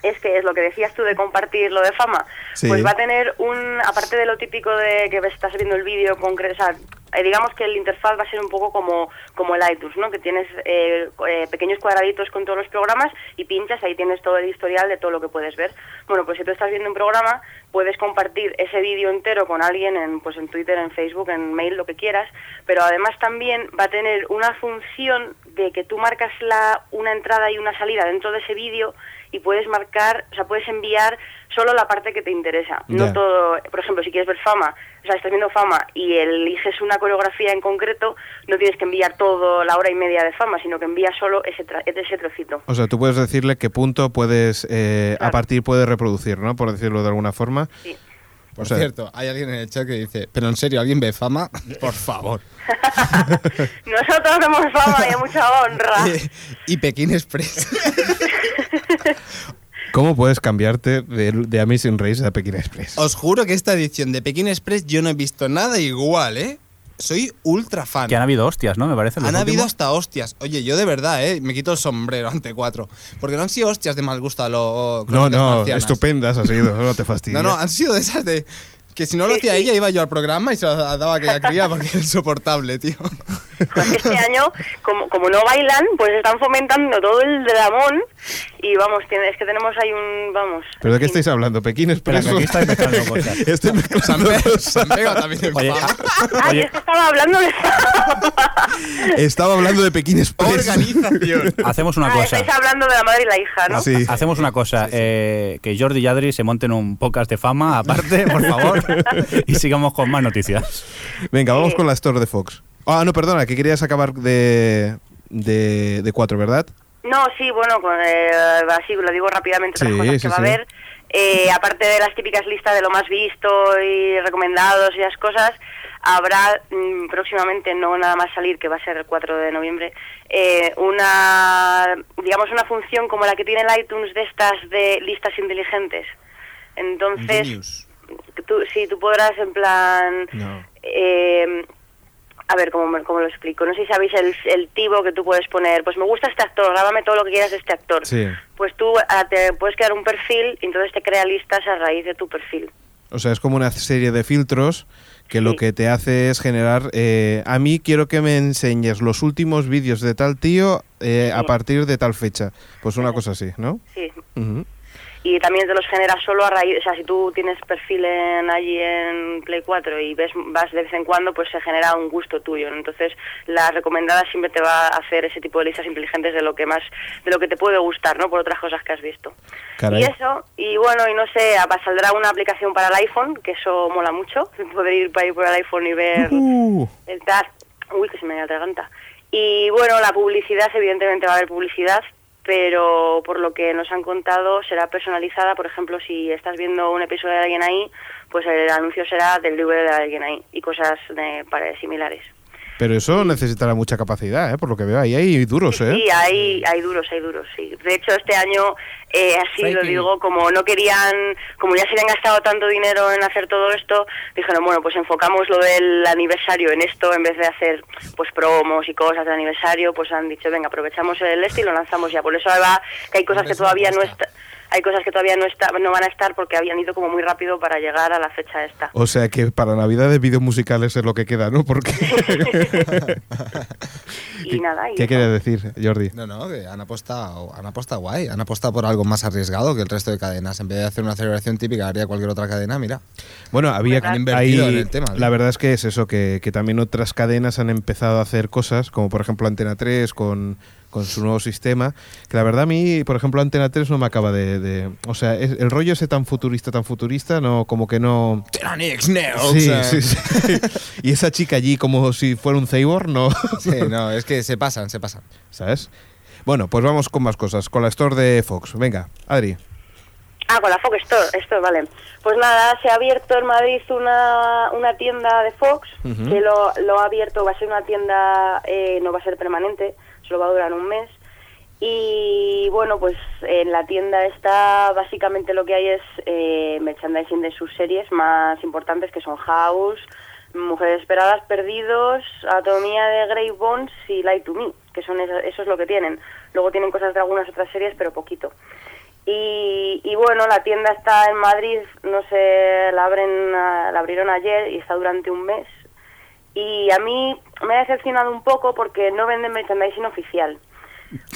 es que es lo que decías tú de compartir lo de fama.
Sí.
Pues va a tener un, aparte de lo típico de que estás viendo el vídeo concreto, o sea, eh, digamos que el interfaz va a ser un poco como, como el iTunes, ¿no? Que tienes eh, eh, pequeños cuadraditos con todos los programas y pinchas, ahí tienes todo el historial de todo lo que puedes ver. Bueno, pues si tú estás viendo un programa, puedes compartir ese vídeo entero con alguien en, pues en Twitter, en Facebook, en mail, lo que quieras, pero además también va a tener una función de que tú marcas la, una entrada y una salida dentro de ese vídeo y puedes marcar, o sea, puedes enviar solo la parte que te interesa,
Ya.
no todo, por ejemplo, si quieres ver fama, o sea, estás viendo fama y eliges una coreografía en concreto, no tienes que enviar todo la hora y media de fama, sino que envías solo ese, tra- ese trocito.
O sea, tú puedes decirle qué punto puedes, eh, a
Claro.
partir puedes reproducir, ¿no? Por decirlo de alguna forma.
Sí.
Por
O sea-
cierto, hay alguien en el chat que dice, pero en serio, ¿alguien ve fama? Por favor.
Nosotros tenemos fama y mucha honra.
y, y Pekín Express.
¿Cómo puedes cambiarte de, de Amazing Race a Pekín Express?
Os juro que esta edición de Pekín Express yo no he visto nada igual, ¿eh? Soy ultra fan.
Que han habido hostias, ¿no? Me parece. los
Han habido
últimos.
hasta hostias. Oye, yo de verdad, ¿eh? Me quito el sombrero ante cuatro. Porque no han sido hostias de mal gusto a lo...
no, no,
marcianas.
estupendas ha sido, no te fastidies.
No, no, han sido de esas de... Que si no lo hacía ella, iba yo al programa y se la daba a aquella cría porque era insoportable, tío.
Pues este año, como, como no bailan, pues están fomentando todo el dramón y vamos, tiene- es que tenemos ahí un, vamos.
¿Pero de qué
en fin.
estáis hablando? ¿Pekín Express?
Espera, que aquí estáis mezclando cosas.
Estoy
San
mezclando
Pedro,
cosas.
San Pedro también en
Oye,
fama.
Ah, y es que estaba hablando de
Estaba hablando de Pekín Express.
Organización.
hacemos una
Ah,
cosa.
estáis hablando de la madre y la hija, ¿no?
Sí.
Hacemos una cosa, eh, que Jordi y Adri se monten un podcast de fama aparte, por favor, y sigamos con más noticias.
Venga, vamos
Sí.
con la Store de Fox. Ah, no, perdona, que querías acabar de, de, de cuatro, ¿verdad?
No, sí, bueno, con, eh, así lo digo rápidamente, otras
Sí,
cosas que
sí,
va
sí.
a haber. Eh, aparte de las típicas listas de lo más visto y recomendados y esas cosas, habrá mm, próximamente, no nada más salir, que va a ser el 4 de noviembre, eh, una, digamos, una función como la que tiene el iTunes de estas de listas inteligentes. Entonces,
Genius.
tú, sí, tú podrás en plan... eh, a ver, ¿cómo, me- cómo lo explico? No sé si sabéis el, el tivo que tú puedes poner. Pues me gusta este actor, grábame todo lo que quieras de este actor.
Sí.
Pues tú ah, te puedes crear un perfil y entonces te crea listas a raíz de tu perfil.
O sea, es como una serie de filtros que lo
Sí.
que te hace es generar... eh, a mí quiero que me enseñes los últimos vídeos de tal tío eh, a
Sí.
partir de tal fecha. Pues una cosa así, ¿no?
Sí.
Ujú.
Y también te los genera solo a raíz, o sea, si tú tienes perfil en, allí en Play 4 y ves vas de vez en cuando, pues se genera un gusto tuyo. ¿no? Entonces, las recomendadas siempre te va a hacer ese tipo de listas inteligentes de lo que más de lo que te puede gustar, ¿no? Por otras cosas que has visto.
Caray.
Y eso, y bueno, y no sé, apa- saldrá una aplicación para el iPhone, que eso mola mucho, poder ir para ir por el iPhone y ver
Uh.
el tal. Uy, que se me da la garganta. Y bueno, la publicidad, evidentemente va a haber publicidad, pero por lo que nos han contado será personalizada. Por ejemplo, si estás viendo un episodio de alguien ahí, pues el anuncio será del libro de alguien ahí y cosas eh, pare- similares.
Pero eso necesitará mucha capacidad, ¿eh? por lo que veo. Ahí hay duros,
Sí,
¿eh?
sí, hay, hay duros, hay duros, sí. De hecho, este año, eh, así lo digo, como no querían, como ya se habían gastado tanto dinero en hacer todo esto, dijeron, bueno, pues enfocamos lo del aniversario en esto, en vez de hacer pues promos y cosas de aniversario, pues han dicho, venga, aprovechamos el este y lo lanzamos ya. Por eso ahí va, que hay cosas que
Hombre, es
todavía
una
no
apuesta.
está- hay cosas que todavía no está, no van a estar porque habían ido como muy rápido para llegar a la fecha esta.
O sea que para Navidades vídeos musicales es lo que queda, ¿no? Porque...
Y nada, y
Oh, ¿Qué
eso.
quieres decir, Jordi?
No, no, que han apostado, han apostado guay, han apostado por algo más arriesgado que el resto de cadenas. En vez de hacer una celebración típica, haría cualquier otra cadena, mira.
Bueno, había
Han invertido
hay-
en el tema, ¿no?
La verdad es que es eso, que, que también otras cadenas han empezado a hacer cosas, como por ejemplo Antena 3 con, con su nuevo sistema, que la verdad a mí, por ejemplo, Antena 3 no me acaba de... de- o sea, es- el rollo ese tan futurista, tan futurista, no como que no...
Teranix Neo.
Sí, sí, sí. y esa chica allí como si fuera un cyborg, no...
Sí, no, es que se pasan, se pasan.
¿Sabes? Bueno, pues vamos con más cosas, con la Store de Fox. Venga, Adri.
Ah, con la Fox Store, esto, vale. Pues nada, se ha abierto en Madrid una, una tienda de Fox,
Ujú.
que lo, lo ha abierto, va a ser una tienda, eh, no va a ser permanente, solo va a durar un mes. Y bueno, pues en la tienda está básicamente lo que hay es eh, merchandising de sus series más importantes, que son House, Mujeres Esperadas, Perdidos, Anatomía de Grey Bones y Light to Me, que son eso, eso es lo que tienen. Luego tienen cosas de algunas otras series, pero poquito. Y, y bueno, la tienda está en Madrid, no sé, la, abren, ah, la abrieron ayer y está durante un mes. Y a mí me ha decepcionado un poco porque no venden merchandising oficial.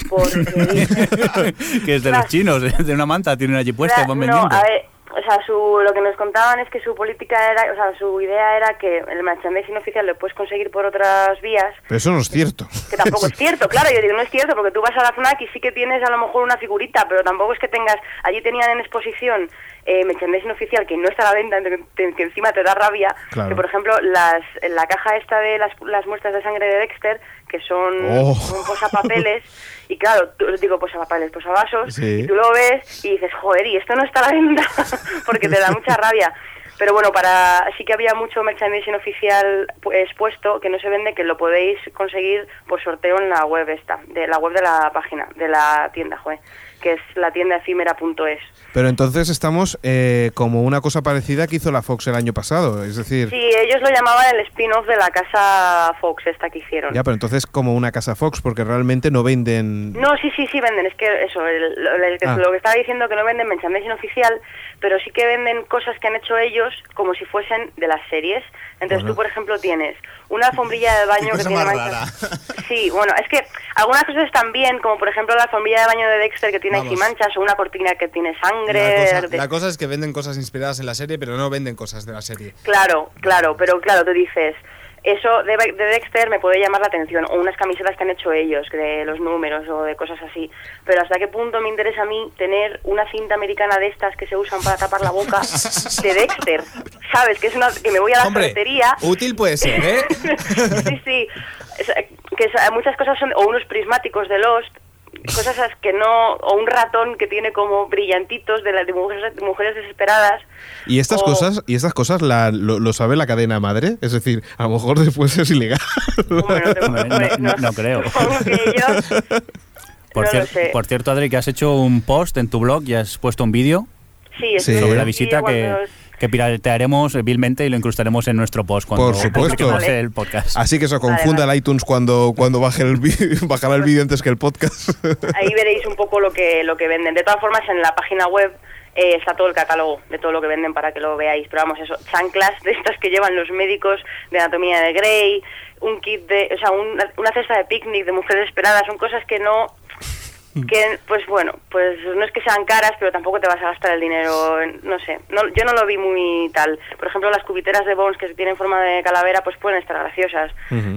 Porque dicen-
que es de los chinos, de una manta, tienen allí puesta y
Ra-
van
"Ah, no,
vendiendo.
a ver, o sea, su, lo que nos contaban es que su política era, o sea, su idea era que el merchandising oficial lo puedes conseguir por otras vías,
Pero eso no es cierto.
que tampoco es cierto, claro, yo digo, no es cierto, porque tú vas a la FNAC y sí que tienes a lo mejor una figurita, pero tampoco es que tengas, allí tenían en exposición eh, merchandising oficial que no está a la venta, que, te- que encima te da rabia,
Claro.
que por ejemplo, las, en la caja esta de las, las muestras de sangre de Dexter, que son
Oh.
un posapapeles, y claro, tú, digo posapapeles, posavasos,
Sí.
y tú lo ves y dices, joder, y esto no está a la venta, porque te da mucha rabia. Pero bueno, para sí que había mucho merchandising oficial pu- expuesto que no se vende, que lo podéis conseguir por sorteo en la web esta, de la web de la página, de la tienda, joder, que es la tienda efímera.es.
Pero entonces estamos eh, como una cosa parecida que hizo la Fox el año pasado. Es decir,
Sí, ellos lo llamaban el spin-off de la casa Fox esta que hicieron.
ya, pero entonces como una casa Fox, porque realmente no venden.
No, sí, sí, sí venden. Es que eso, el- lo, el-
Ah.
lo que estaba diciendo que no venden merchandising oficial, pero sí que venden cosas que han hecho ellos como si fuesen de las series. Entonces
Bueno.
tú, por ejemplo, tienes una alfombrilla de baño que
cosa
tiene
más
manchas.
rara.
Sí, bueno, es que algunas cosas están bien, como por ejemplo la alfombrilla de baño de Dexter que tiene aquí
Vamos.
manchas o una cortina que tiene sangre.
La cosa,
de-
la cosa es que venden cosas inspiradas en la serie, pero no venden cosas de la serie.
Claro, claro, pero claro, tú dices, eso de, de Dexter me puede llamar la atención, o unas camisetas que han hecho ellos, de los números o de cosas así, pero hasta qué punto me interesa a mí tener una cinta americana de estas que se usan para tapar la boca de Dexter, ¿sabes? Que es una que me voy a la
Hombre, Oh.
ferretería
útil puede ser, ¿eh?
sí, sí. Es, eh, que es- eh, muchas cosas son, o unos prismáticos de Lost, cosas as- que no, o un ratón que tiene como brillantitos de, las de mujeres, de mujeres desesperadas.
Y estas
o-
cosas, y estas cosas la- lo, lo sabe la cadena madre. Es decir, a lo mejor después es ilegal.
Hombre, no, te-
Hombre,
hombre,
no- no creo.
Supongo que ellos-
Por,
no lo
cier-
sé.
por cierto, Adri, que has hecho un post en tu blog y has puesto un vídeo
Sí,
Sí.
estuve
Sobre
de la
aquí
visita que,
cuando-
que piratearemos vilmente y lo incrustaremos en nuestro post cuando
Por supuesto. Ah,
publiquemos el podcast.
Así que eso confunda
vale.
el iTunes cuando, cuando baje el vi- bajará el vídeo antes que el podcast.
Ahí veréis un poco lo que, lo que venden. De todas formas, en la página web eh, está todo el catálogo de todo lo que venden para que lo veáis. Pero vamos, eso, chanclas de estas que llevan los médicos de anatomía de Grey, un kit de, o sea, un- una cesta de picnic de mujeres esperadas, son cosas que no que pues bueno pues no es que sean caras pero tampoco te vas a gastar el dinero en- no sé no, yo no lo vi muy tal por ejemplo las cubiteras de bones que tienen forma de calavera pues pueden estar graciosas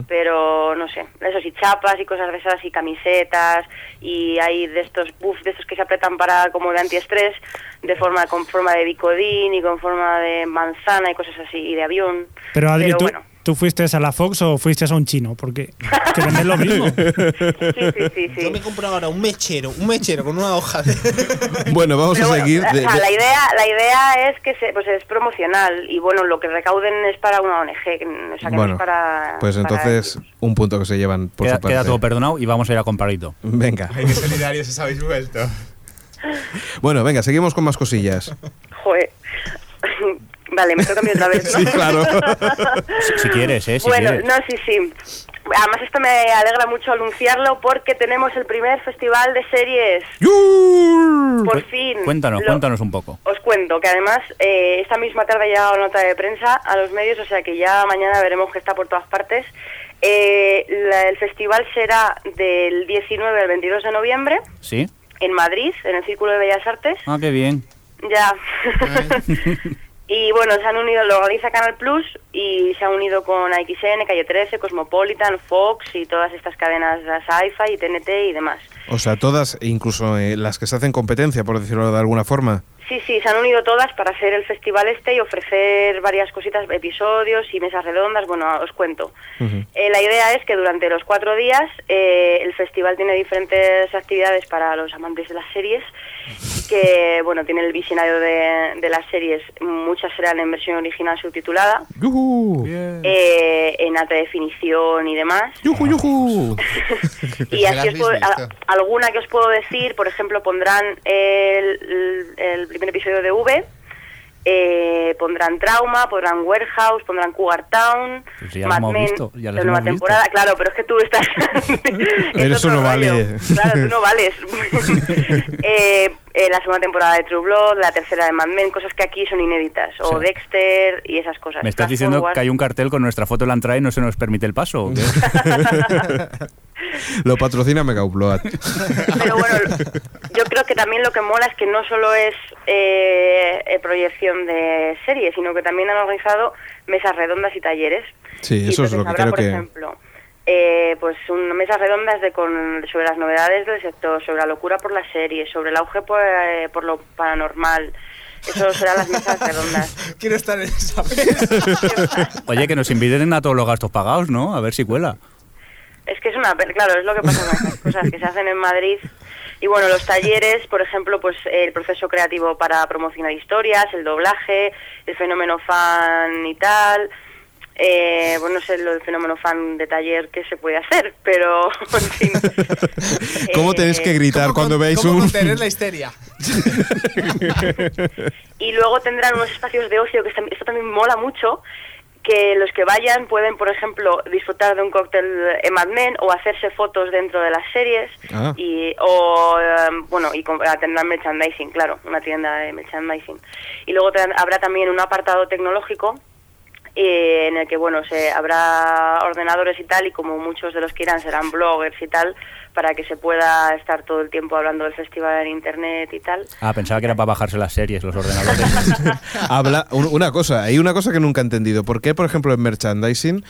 pero no sé eso sí chapas y cosas de esas y camisetas y hay de estos buffs de estos que se apretan para como de antiestrés de forma con forma de bicodín y con forma de manzana y cosas así y de avión
Pero Adri, ¿tú,
bueno.
¿tú fuiste a la Fox o fuiste a un chino? Porque que venden lo mismo.
sí sí sí, sí.
Yo me compro ahora un mechero, un mechero con una hoja de...
bueno, vamos
Pero
a
bueno,
seguir.
o
de-
sea,
de-
la idea la idea es que se, pues es promocional y bueno lo que recauden es para una ONG que- o sea, que no
bueno,
es para
pues
para
entonces
ellos.
un punto que se llevan por
Queda,
su parte.
queda todo perdonado y vamos a ir a comparito.
venga.
Ay, qué solidarios os habéis vuelto.
Bueno, venga, seguimos con más cosillas.
Joder. vale me toca a mí otra vez ¿no?
Sí, claro.
Si, si quieres, ¿eh? Si
bueno,
quieres.
no, sí, sí. Además, esto me alegra mucho anunciarlo porque tenemos el primer festival de series. Por
Cu-
fin.
Cuéntanos,
Mm, Lo-
cuéntanos un poco.
Os cuento que además eh, esta misma tarde ha llegado nota de prensa a los medios, o sea que ya mañana veremos que está por todas partes. Eh, la- el festival será del 19 al 22 de noviembre
¿Sí?
en Madrid, en el Círculo de Bellas Artes.
Ah, qué bien.
Ya. y bueno, se han unido, lo organiza Canal Plus y se han unido con AXN, Calle 13, Cosmopolitan, Fox y todas estas cadenas, las AIFA y TNT y demás.
O sea, todas, incluso eh, las que se hacen competencia, por decirlo de alguna forma.
Sí, sí, se han unido todas para hacer el festival este y ofrecer varias cositas, episodios y mesas redondas, bueno, os cuento. Eh, la idea es que durante los cuatro días eh, el festival tiene diferentes actividades para los amantes de las series, que, bueno, tiene el visionario de, de las series, muchas serán en versión original subtitulada,
¡Yujú!
eh, en alta definición y demás.
¡Yujú, yujú!
Y
Ya las
así os
habéis
puedo- a-
visto.
alguna que os puedo decir, por ejemplo, pondrán el, el primer episodio de V, eh, pondrán Trauma, pondrán Warehouse, pondrán Cougar Town,
Pues ya las
Mad
hemos
Men,
visto, ya las
la nueva
hemos visto.
temporada. Claro, pero es que tú estás...
Pero
Es
eso
otro
no
rollo.
vale.
Claro, tú no vales. Eh, eh, la segunda temporada de True Blood, la tercera de Mad Men, cosas que aquí son inéditas. O
Sí.
Dexter y esas cosas.
¿Me estás
Flash
diciendo
Forward.
que hay un cartel con nuestra foto en la entrada y no se nos permite el paso? o qué?
Lo patrocina Mega Upload.
Pero bueno, yo creo que también lo que mola es que no solo es eh, eh, proyección de series, sino que también han organizado mesas redondas y talleres.
Sí,
Y
eso es lo
entonces
que creo
habrá,
que-
Por ejemplo, eh, pues un- mesas redondas de con, sobre las novedades del sector, sobre la locura por las series, sobre el auge por, eh, por lo paranormal. Eso serán las mesas redondas.
Quiero estar en esa mesa.
Oye, que nos inviten a todos los gastos pagados, ¿no? A ver si cuela.
Es que es una pena, claro, es lo que pasa con estas cosas que se hacen en Madrid. Y bueno, los talleres, por ejemplo, pues el proceso creativo para promocionar historias, el doblaje, el fenómeno fan y tal. Eh, bueno, no sé lo del fenómeno fan de taller que se puede hacer, pero en fin.
¿Cómo
Eh,
tenéis que gritar
¿Cómo
cuando
con-
veis
cómo
un...
contener la histeria?
Y luego tendrán unos espacios de ocio, que esto esto también mola mucho, que los que vayan pueden, por ejemplo, disfrutar de un cóctel en Mad Men o hacerse fotos dentro de las series.
Ah.
Y, o, eh, bueno, y com- ah, tendrán merchandising, claro, una tienda de merchandising. Y luego tran- habrá también un apartado tecnológico eh, en el que, bueno, se, habrá ordenadores y tal, y como muchos de los que irán serán bloggers y tal, para que se pueda estar todo el tiempo hablando del festival en internet y tal.
Ah, pensaba que era para bajarse las series, los ordenadores.
Habla, un- una cosa, hay una cosa que nunca he entendido. ¿Por qué, por ejemplo, en merchandising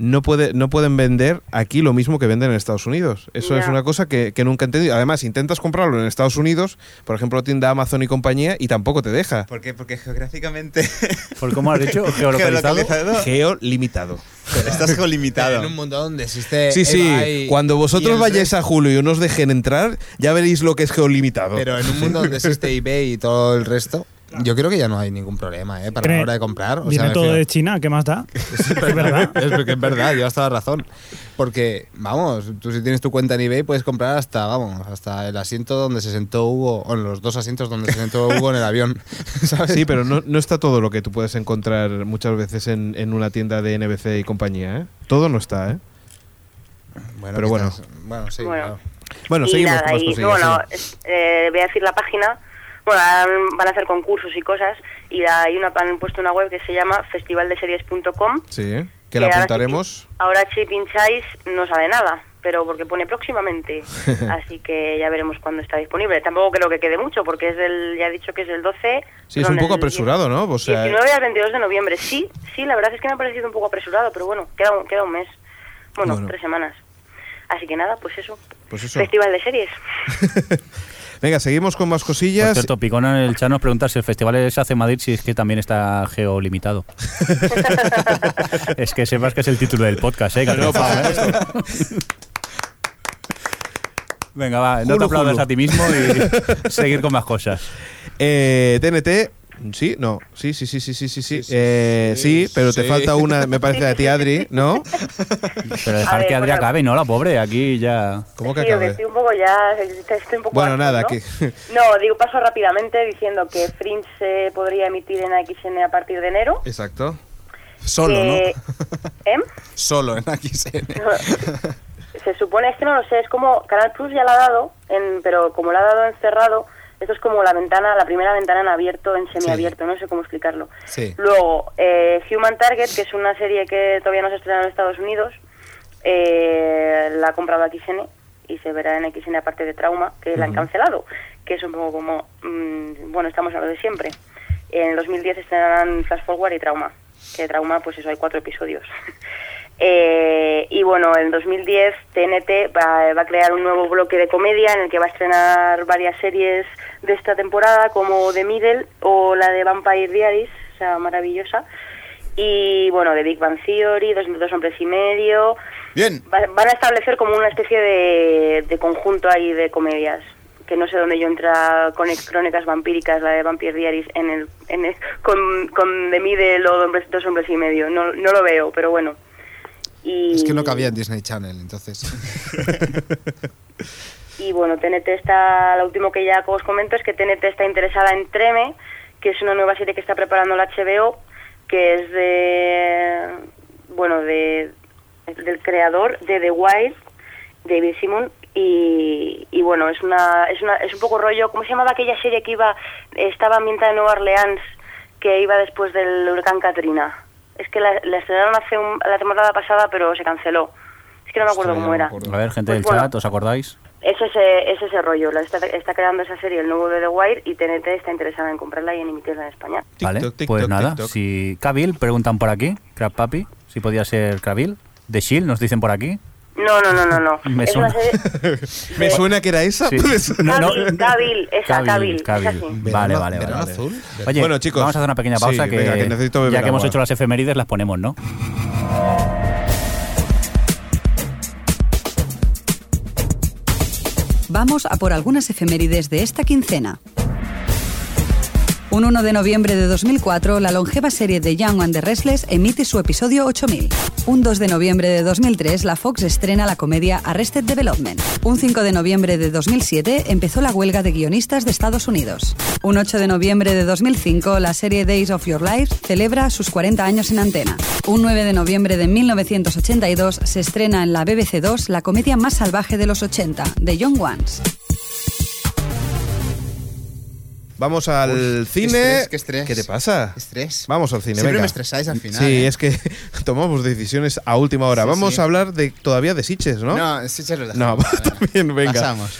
no, puede, no pueden vender aquí lo mismo que venden en Estados Unidos? Eso es
Ya.
una cosa que, que nunca he entendido. Además, intentas comprarlo en Estados Unidos, por ejemplo, tienda Amazon y compañía, y tampoco te deja.
¿Por qué? Porque geográficamente.
¿Por Pues, cómo has dicho? ¿Geolocalizado?
Geolocalizado.
Geolimitado.
Pero estás geolimitado.
En un mundo donde existe.
Sí, sí.
Ebay
Cuando
y
vosotros
el
vayáis
resto-
a Julio y no os dejen entrar, ya veréis lo que es geolimitado.
Pero en un mundo donde existe eBay y todo el resto, yo creo que ya no hay ningún problema, ¿eh? Para la
Tiene-
hora de comprar. O sea,
Viene
me
todo
refiero-
de China, ¿qué más da?
Es verdad, es porque es verdad, llevas toda la razón. Porque, vamos, tú si tienes tu cuenta en eBay puedes comprar hasta, vamos, hasta el asiento donde se sentó Hugo, o en los dos asientos donde se sentó Hugo en el avión. ¿sabes?
Sí, pero no, no está todo lo que tú puedes encontrar muchas veces en, en una tienda de NBC y compañía. ¿eh? Todo no está, ¿eh? pero
que
bueno.
estás- bueno, sí,
Bueno.
claro.
Bueno,
y
seguimos
nada,
con más
y,
cosillas,
bueno,
sí.
es- eh, voy a decir la página. Bueno, ahora van a hacer concursos y cosas y hay una, han puesto una web que se llama festivaldeseries.com.
Sí, ¿eh? que la
ahora
apuntaremos.
si- Ahora si pincháis no sabe nada, pero porque pone próximamente. Así que ya veremos cuándo está disponible. Tampoco creo que quede mucho porque es del, ya he dicho que es del 12.
Sí, es un
perdón,
poco
del
apresurado, ¿no? O sea,
19 al 22 de noviembre. Sí, sí, la verdad es que me ha parecido un poco apresurado, pero bueno, queda un, queda un mes. Bueno,
Bueno.
tres semanas. Así que nada, pues eso.
Pues eso.
Festival de series.
venga, seguimos con más
Por
cosillas.
cierto, Picón en el chat nos pregunta si el festival se hace en Madrid, si es que también está geolimitado. es que sepas que es el título del podcast, ¿eh? que has lanzado, ¿eh? Venga, va, no
Julu,
te aplaudas
julu.
a ti mismo y seguir con más cosas.
Eh, TNT, sí, no, sí, sí, sí, sí, sí, sí, sí, Eh, sí, pero te
sí.
falta una, me parece a ti, Adri, ¿no?
Pero dejar
A ver,
que Adri
bueno.
acabe, ¿no? La pobre, aquí ya...
¿Cómo que
Sí, que
acabe?
estoy un poco ya, estoy un poco
Bueno,
harta,
nada,
¿no?
que-
No, digo, paso rápidamente diciendo que Fringe se podría emitir en AXN a partir de enero.
Exacto.
Solo,
que-
¿no?
¿Em?
Solo en XN.
se supone, es que no lo sé, es como Canal Plus ya la ha dado, en, pero como la ha dado encerrado, esto es como la ventana, la primera ventana en abierto, en semiabierto, no sé cómo explicarlo.
Sí.
Luego, eh, Human Target, que es una serie que todavía no se estrena en Estados Unidos, eh, la ha comprado XN y se verá en XN aparte de Trauma, que la han cancelado, que es un poco como, mm, bueno, estamos a lo de siempre. En 2010 estrenarán Flash Forward y Trauma, que Trauma, pues eso, hay cuatro episodios. Eh, y bueno, en 2010 TNT va, va a crear un nuevo bloque de comedia en el que va a estrenar varias series de esta temporada, como The Middle o la de Vampire Diaries, o sea, maravillosa. Y bueno, de Big Bang Theory, Dos, dos hombres y medio.
Bien.
Va- van a establecer como una especie de, de conjunto ahí de comedias. Que no sé dónde yo entra con ex- Crónicas Vampíricas, la de Vampire Diaries, en el, en el- con, con The Middle o Hombres- Dos Hombres y Medio. No, no lo veo, pero bueno. Y,
Es que no cabía en Disney Channel, entonces.
Y bueno, TNT está, lo último que ya os comento es que TNT está interesada en Treme, que es una nueva serie que está preparando la HBO, que es de, bueno, de, del creador de The Wild, David Simon, y, y bueno, es una, es una, es un poco rollo, ¿cómo se llamaba aquella serie que iba, estaba ambientada en Nueva Orleans, que iba después del huracán Katrina? Es que la, la estrenaron hace un- la temporada pasada, pero se canceló. Es que no me acuerdo
Hostia, ya
cómo
no me
era.
acuerdo.
A ver, gente
Pues
del
bueno.
chat, ¿os acordáis?
Es ese, es ese rollo, la está, está creando esa serie el nuevo de The Wire y TNT está interesada en comprarla y en emitirla en España.
Vale,
TikTok,
pues
TikTok,
nada,
TikTok.
si Kabil, preguntan por aquí, Crab Papi, si podía ser Kabil, The Shield, nos dicen por aquí.
No, no, no, no, no.
Me
es
suena.
una serie...
Me suena que era esa.
Sí.
pues.
No, no.
Cabil, Cabil, esa
Cabil,
Cabil,
Cabil.
esa sí.
Vale,
Verano-
vale, vale.
verano
vale.
azul.
Oye,
Bueno, chicos,
vamos a hacer una pequeña
sí,
pausa que,
venga, que necesito beber
ya que hemos
agua.
hecho las efemérides las ponemos, ¿no?
Vamos a por algunas efemérides de esta quincena. Un 1 de noviembre de 2004, la longeva serie de Young and the Restless emite su episodio 8000. Un 2 de noviembre de 2003, la Fox estrena la comedia Arrested Development. Un 5 de noviembre de 2007, empezó la huelga de guionistas de Estados Unidos. Un 8 de noviembre de 2005, la serie Days of Your Life celebra sus 40 años en antena. Un 9 de noviembre de 1982, se estrena en la BBC 2 la comedia más salvaje de los 80, The Young Ones.
Vamos al
Uf, qué
cine.
estrés, qué estrés.
te pasa?
Qué estrés.
Vamos al cine.
Siempre
venga.
me estresáis al final,
Sí,
eh.
es que tomamos decisiones a última hora.
Sí,
Vamos
sí.
a hablar de todavía de Siches, ¿no?
No, sí, se lo
No,
dejamos,
también, venga.
Pasamos.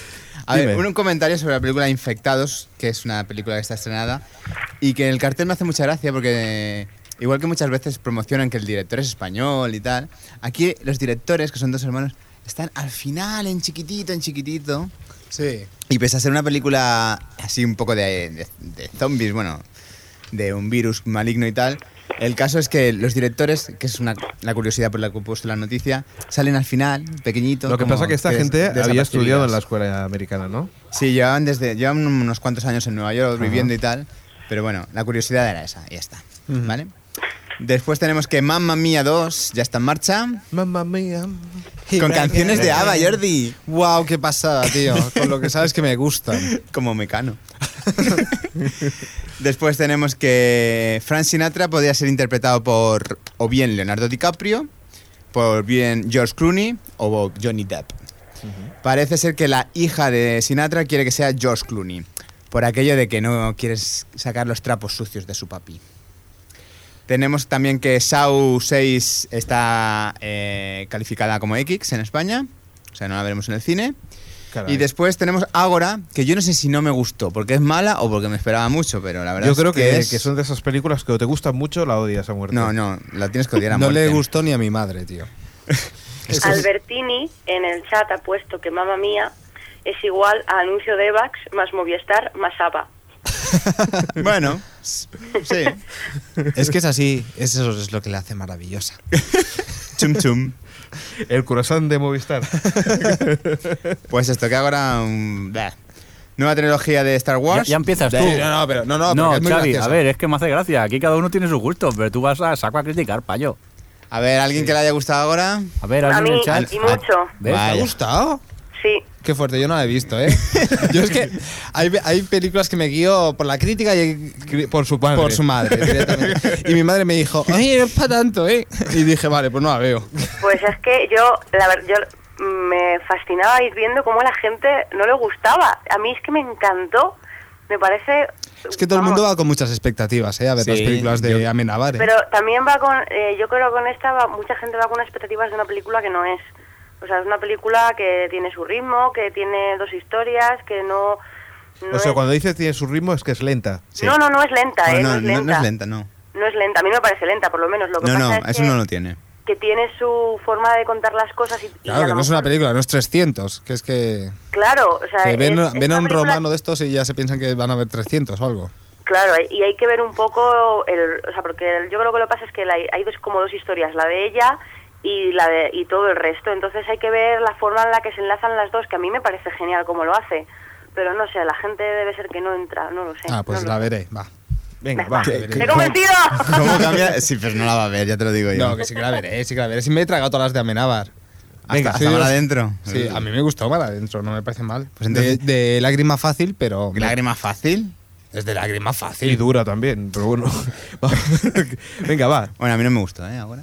A
Dime.
ver, un, un comentario sobre la película Infectados, que es una película que está estrenada y que el cartel me hace mucha gracia porque, igual que muchas veces promocionan que el director es español y tal, aquí los directores, que son dos hermanos, están al final, en chiquitito, en chiquitito.
Sí.
Y pese a ser una película así un poco de, de- de zombies, bueno, de un virus maligno y tal, el caso es que los directores, que es una, la curiosidad por la que he puesto la noticia, salen al final, pequeñito.
Lo que
como
pasa que esta
des-
gente había
desapercibidas.
estudiado en la escuela americana, ¿no?
Sí, llevaban, desde, llevaban unos cuantos años en Nueva York viviendo y tal, pero bueno, la curiosidad era esa, y ya está, ¿vale? Después tenemos que Mamma Mía 2 ya está en marcha,
Mamma mía.
con canciones de ABBA, Jordi,
Wow, qué pasada, tío. Con lo que sabes que me gustan.
como mecano. Después tenemos que Frank Sinatra podría ser interpretado por o bien Leonardo DiCaprio, por bien George Clooney o por Johnny Depp. Parece ser que la hija de Sinatra quiere que sea George Clooney, por aquello de que no quieres sacar los trapos sucios de su papi. Tenemos también que Sau 6 está eh, calificada como X en España, o sea, no la veremos en el cine.
Caray.
Y después tenemos Ágora, que yo no sé si no me gustó, porque es mala o porque me esperaba mucho, pero la verdad
Yo
es
creo que,
es-
que son de esas películas que o te gustan mucho o la odias a muerte.
No, no, la tienes que odiar a
No le
muerte.
gustó ni a mi madre, tío.
Albertini en el chat ha puesto que Mamma Mía es igual a anuncio de Evax más Movistar más ABBA.
Bueno, sí.
Es que es así, eso es lo que le hace maravillosa.
Chum chum.
El corazón de Movistar.
Pues esto, que Ágora... mm, bleh. Nueva trilogía de Star
Ya,
Wars.
ya empiezas tú.
Sí, no, no, pero no, no, porque es muy
Xavi,
graciosa.
a ver, es que me hace gracia. Aquí cada uno tiene sus gustos, pero tú vas a saco a criticar, payo.
A ver, ¿alguien que le haya gustado Ágora?
A ver,
A
alguien en
mí,
el chat.
y mucho.
¿Ves?
¿Te ha
Vaya.
gustado?
Sí,
Qué fuerte, yo no la he visto, ¿eh? Yo es que hay, hay películas que me guío por la crítica y hay-
Por su padre.
por su madre. directamente. Y mi madre me dijo, ay, no es para tanto, ¿eh? Y dije, vale, pues no la veo.
pues es que yo, la ver- yo me fascinaba ir viendo cómo a la gente no le gustaba. A mí es que me encantó, me parece...
Es que todo el mundo
vamos,
va con muchas expectativas, ¿eh? A ver
Sí,
las películas de
yo-
Amenabar. ¿eh?
Pero también va con, eh, yo creo que con esta va- mucha gente va con unas expectativas de una película que no es. O sea, es una película que tiene su ritmo, que tiene dos historias, que no... no
O sea,
es-
cuando dices tiene su ritmo es que es lenta.
Sí.
No, no, no es lenta,
Bueno,
¿eh?
no,
No,
no- no
es lenta.
es lenta, no.
No es lenta, a mí no me parece lenta, por lo menos. Lo que
No, no,
pasa es
eso
que,
no lo tiene.
que tiene su forma de contar las cosas y... y a
Claro, que
lo
no es una
mejor-
película, no es 300, que es que,
Claro, o sea...
que ven,
es- es
ven a
una
un
película-
romano de estos y ya se piensan que van a ver 300 o algo.
Claro, y hay que ver un poco, el, o sea, porque el- yo creo que lo que pasa es que la- hay dos, como dos historias, la de ella y la de y todo el resto. Entonces hay que ver la forma en la que se enlazan las dos, que a mí me parece genial como lo hace, pero no sé, la gente debe ser que no entra, no lo sé.
Ah, pues
no lo
la
sé.
veré, va.
Venga, va.
¡Me he convencido!
¿Cómo cambia? Sí, pero no la va a ver, ya te lo digo yo.
No, que sí que la veré, sí que la veré. Sí me he tragado todas las de Amenábar.
Hasta, hasta
sí,
Mar adentro.
Sí, a mí me gustó Mal Adentro, no me parece mal.
Pues entonces-
de, de lágrima fácil, pero...
Lágrima fácil.
Es de lágrima fácil.
Y dura también, pero bueno. Venga, va.
Bueno, a mí no me gustó, ¿eh? Ahora.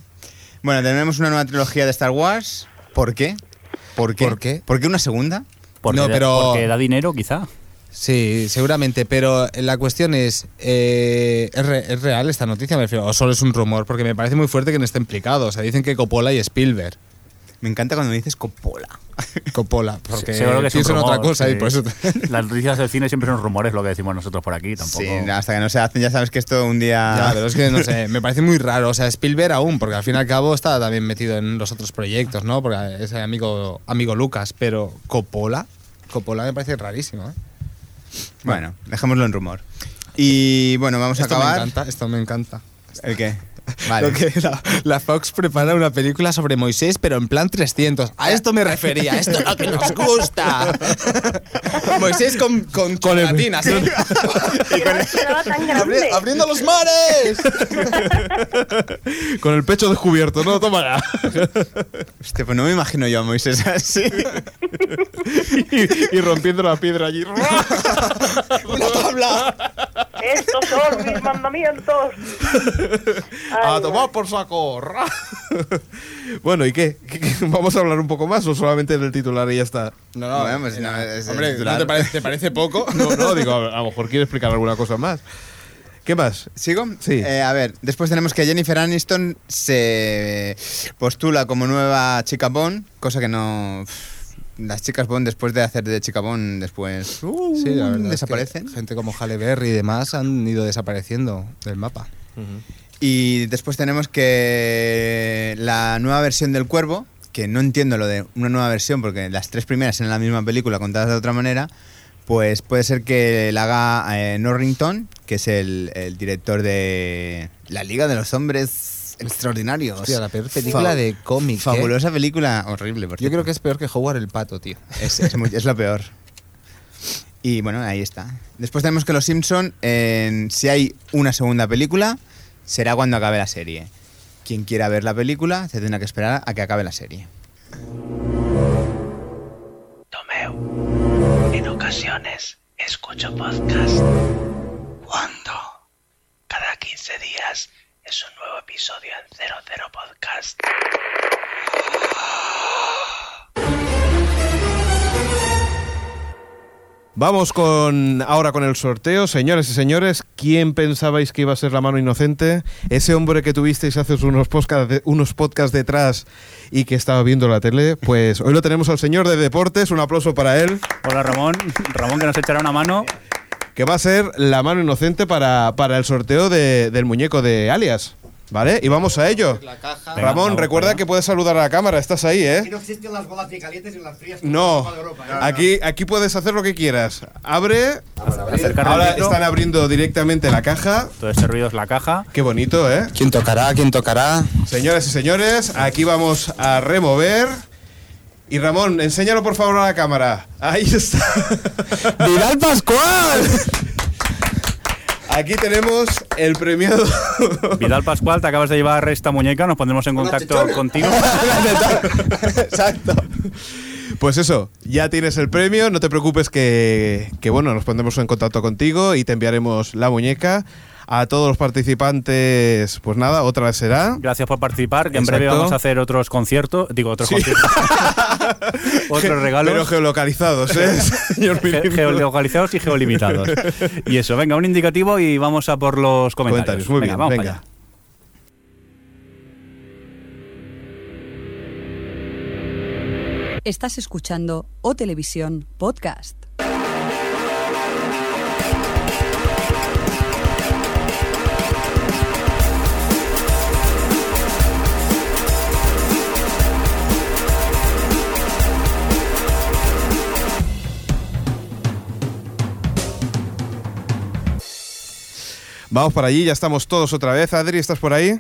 Bueno, tenemos una nueva trilogía de Star Wars. ¿Por qué? ¿Por qué?
¿Por qué?
¿Por qué una segunda?
Porque,
No,
da-
pero-
porque da dinero, quizá.
Sí, seguramente, pero la cuestión es, eh, ¿es, re- es real esta noticia? Me refiero, o solo es un rumor, porque me parece muy fuerte que no esté implicado. O sea, dicen que Coppola y Spielberg.
Me encanta cuando me dices Coppola.
Coppola, porque
Se- seguro que es un
pienso en otra
rumor,
cosa y
sí.
por eso.
Las noticias del cine siempre son rumores, lo que decimos nosotros por aquí, tampoco.
Sí, hasta que no se hacen, ya sabes que esto un día.
Ya, pero es que no sé, me parece muy raro. O sea, Spielberg aún, porque al fin y al cabo está también metido en los otros proyectos, ¿no? Porque es el amigo, amigo Lucas, pero Coppola, Coppola me parece rarísimo, ¿eh?
Bueno, dejémoslo en rumor. Y bueno, vamos
esto
a acabar.
me encanta, esto me encanta.
¿El qué? Vale.
Lo que la, la Fox prepara una película sobre Moisés, pero en plan 300. A esto me refería, esto es lo ¡Ah, que nos gusta. Moisés con, con, con latinas, ¿eh?
Que no me quedaba tan
Abri-
grande.
¡Abriendo los mares!
Con el pecho descubierto, ¿no? Toma.
Hostia, pues no me imagino yo a Moisés así.
y, y rompiendo la piedra allí.
¡Una tabla!
Estos son mis mandamientos. Ay,
¡A
bueno.
tomar Ah, por saco! ra. bueno, ¿y qué? ¿Qué- qué? ¿Vamos a hablar un poco más o solamente del titular y ya está?
No,
no, Bueno, pues no, es-
hombre,
es
¿no
titular.
te, parece, te parece poco?
No, no, digo, a, a lo mejor quiere explicar alguna cosa más. ¿Qué más?
¿Sigo?
Sí.
Eh, a ver, después tenemos que Jennifer Aniston se postula como nueva chica Bond, cosa que no. Las chicas Bond, después de hacer de chica Bond, después uh,
Sí, la verdad. es que
desaparecen.
gente como Halle Berry y demás han ido desapareciendo del mapa.
Y después tenemos que la nueva versión del cuervo, que no entiendo lo de una nueva versión, porque las tres primeras en la misma película contadas de otra manera, pues puede ser que la haga eh, Norrington, que es el, el director de La Liga de los Hombres Extraordinarios.
Hostia, la peor película
Fa-
de cómic. ¿eh?
Fabulosa película, horrible. por
Yo creo
cierto.
que es peor que Howard el Pato, tío.
Es, es muy- es lo peor. Y bueno, ahí está. Después tenemos que Los Simpson, en- si hay una segunda película, será cuando acabe la serie. Quien quiera ver la película se tendrá que esperar a que acabe la serie.
Tomeu. En ocasiones escucho podcast. ¿Cuándo? Cada 15 días es un nuevo episodio en 00 Podcast.
Vamos con ahora con el sorteo. Señores y señores, ¿quién pensabais que iba a ser la mano inocente? Ese hombre que tuvisteis hace unos podcasts unos podcasts detrás y que estaba viendo la tele, pues hoy lo tenemos al señor de deportes, un aplauso para él,
Hola Ramón, Ramón que nos echará una mano.
que va a ser la mano inocente para, para el sorteo de- del muñeco de alias. ¿Vale? Y vamos a ello.
Venga,
Ramón,
vamos
recuerda
para
que puedes saludar a la cámara, estás ahí, ¿eh?
no existen las bolas ni calientes ni las frías.
No,
¿eh?
aquí, aquí puedes hacer lo que quieras. Abre.
allá. Acercar el
Ahora
micro.
están abriendo directamente la caja.
Todo este ruido es la caja.
Qué bonito, ¿eh?
¿Quién tocará? ¿Quién tocará?
Señoras y señores, aquí vamos a remover. Y Ramón, enséñalo por favor a la cámara. Ahí está.
¡Vidal Pascual!
Aquí tenemos el premiado.
Vidal Pascual, te acabas de llevar esta muñeca, nos pondremos en contacto contigo.
Exacto. Pues eso, ya tienes el premio. No te preocupes que, que, bueno, nos pondremos en contacto contigo y te enviaremos la muñeca. A todos los participantes, pues nada, otra vez será.
Gracias por participar, que en breve
Exacto.
vamos a hacer otros conciertos, digo otros conciertos, otros regalos.
Pero geolocalizados, ¿eh? Señor
Ge-
ministro.
geolocalizados y geolimitados. Y eso, venga, un indicativo y vamos a por los comentarios.
Comentarios, muy bien,
vamos
venga.
para allá.
Estás escuchando O Televisión Podcast.
Vamos para allí, ya estamos todos otra vez. Adri, ¿estás por ahí?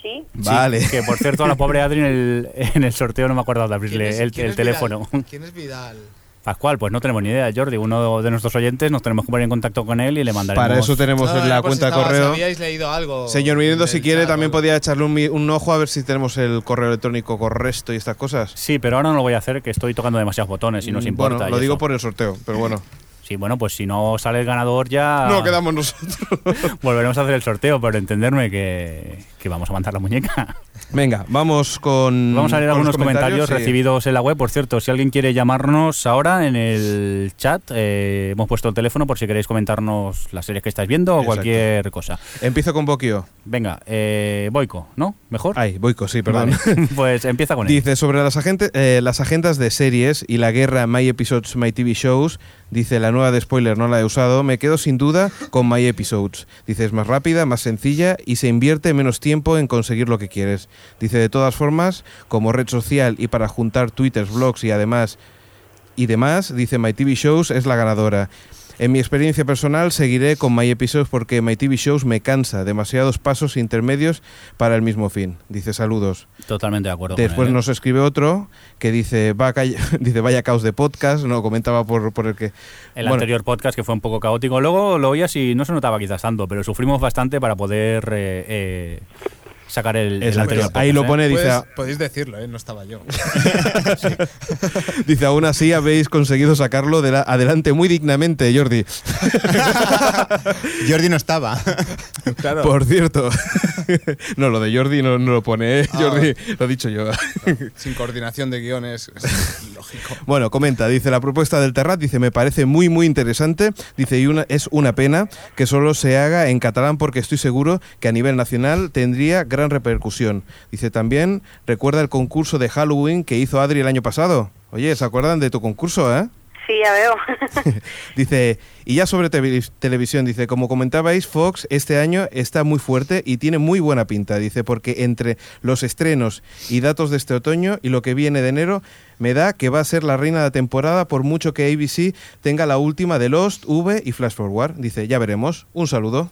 Sí,
Sí,
Vale.
Que por cierto, a la pobre Adri en el, en el sorteo no me acuerdo de abrirle el, el teléfono.
¿Quién es Vidal?
Pascual, pues no tenemos ni idea, Jordi. Uno de nuestros oyentes nos tenemos que poner en contacto con él y le mandaremos.
Para eso tenemos
Ah,
en la
por
pues
si
cuenta de
estaba- si
correo.
habíais leído algo.
Señor Mirindo,
Mirando,
si quiere, también podía echarle un, mi- un ojo a ver si tenemos el correo electrónico correcto y estas cosas.
Sí, pero ahora no lo voy a hacer, que estoy tocando demasiados botones y nos
Mm,
importa.
Bueno,
y
lo digo
eso.
por el sorteo, pero bueno.
Sí, Sí, bueno, pues si no sale el ganador ya...
No, quedamos nosotros.
Volveremos a hacer el sorteo, pero entenderme que, que vamos a mandar la muñeca.
Venga, vamos con.
Vamos a leer
Mm, con los
algunos comentarios,
sí.
recibidos en la web. Por cierto, si alguien quiere llamarnos ahora en el chat, eh, hemos puesto el teléfono por si queréis comentarnos las series que estáis viendo o
Exacto.
cualquier cosa.
Empiezo con Bokio.
Venga, eh, Boico, ¿no? ¿Mejor?
Ay, Boico, sí, perdón.
Vale, pues empieza con él.
Dice sobre las, agente- eh, las agendas de series y la guerra My Episodes, My TV Shows. Dice la nueva de spoiler, no la he usado. Me quedo sin duda con My Episodes. Dice es más rápida, más sencilla y se invierte menos tiempo en conseguir lo que quieres. Dice de todas formas, como red social y para juntar twitters, blogs y además y demás, dice My TV Shows es la ganadora. En mi experiencia personal seguiré con My Episodes porque My TV Shows me cansa, demasiados pasos intermedios para el mismo fin. Dice saludos.
Totalmente de acuerdo. con
Después
él, ¿eh?
nos escribe otro que dice, va call- dice vaya caos de podcast, no comentaba por, por el que...
El
Bueno,
anterior podcast que fue un poco caótico. Luego lo oías y no se notaba quizás tanto, pero sufrimos bastante para poder eh, eh, sacar el, el
Exacto.
anterior
Ahí lo
podcast, ¿eh?
pone, dice,
Puedes-
"Ah,
podéis decirlo, ¿eh? no estaba yo.
dice, aún así habéis conseguido sacarlo de la- adelante muy dignamente, Jordi.
Jordi no estaba.
Claro.
Por cierto, no, lo de Jordi no, no lo pone, ¿eh?
Ah.
Jordi, lo he dicho yo.
Sin coordinación de guiones, es lógico.
Bueno, comenta, dice la propuesta del Terrat, dice, me parece muy muy interesante, dice, y una, es una pena que solo se haga en catalán porque estoy seguro que a nivel nacional tendría gran repercusión. Dice también, recuerda el concurso de Halloween que hizo Adri el año pasado. Oye, ¿se acuerdan de tu concurso, eh?
Sí, ya veo.
Dice, y ya sobre tevi- televisión, dice, como comentabais, Fox este año está muy fuerte y tiene muy buena pinta, dice, porque entre los estrenos y datos de este otoño y lo que viene de enero, me da que va a ser la reina de la temporada por mucho que ABC tenga la última de Lost, V y Flash Forward. Dice, ya veremos. Un saludo.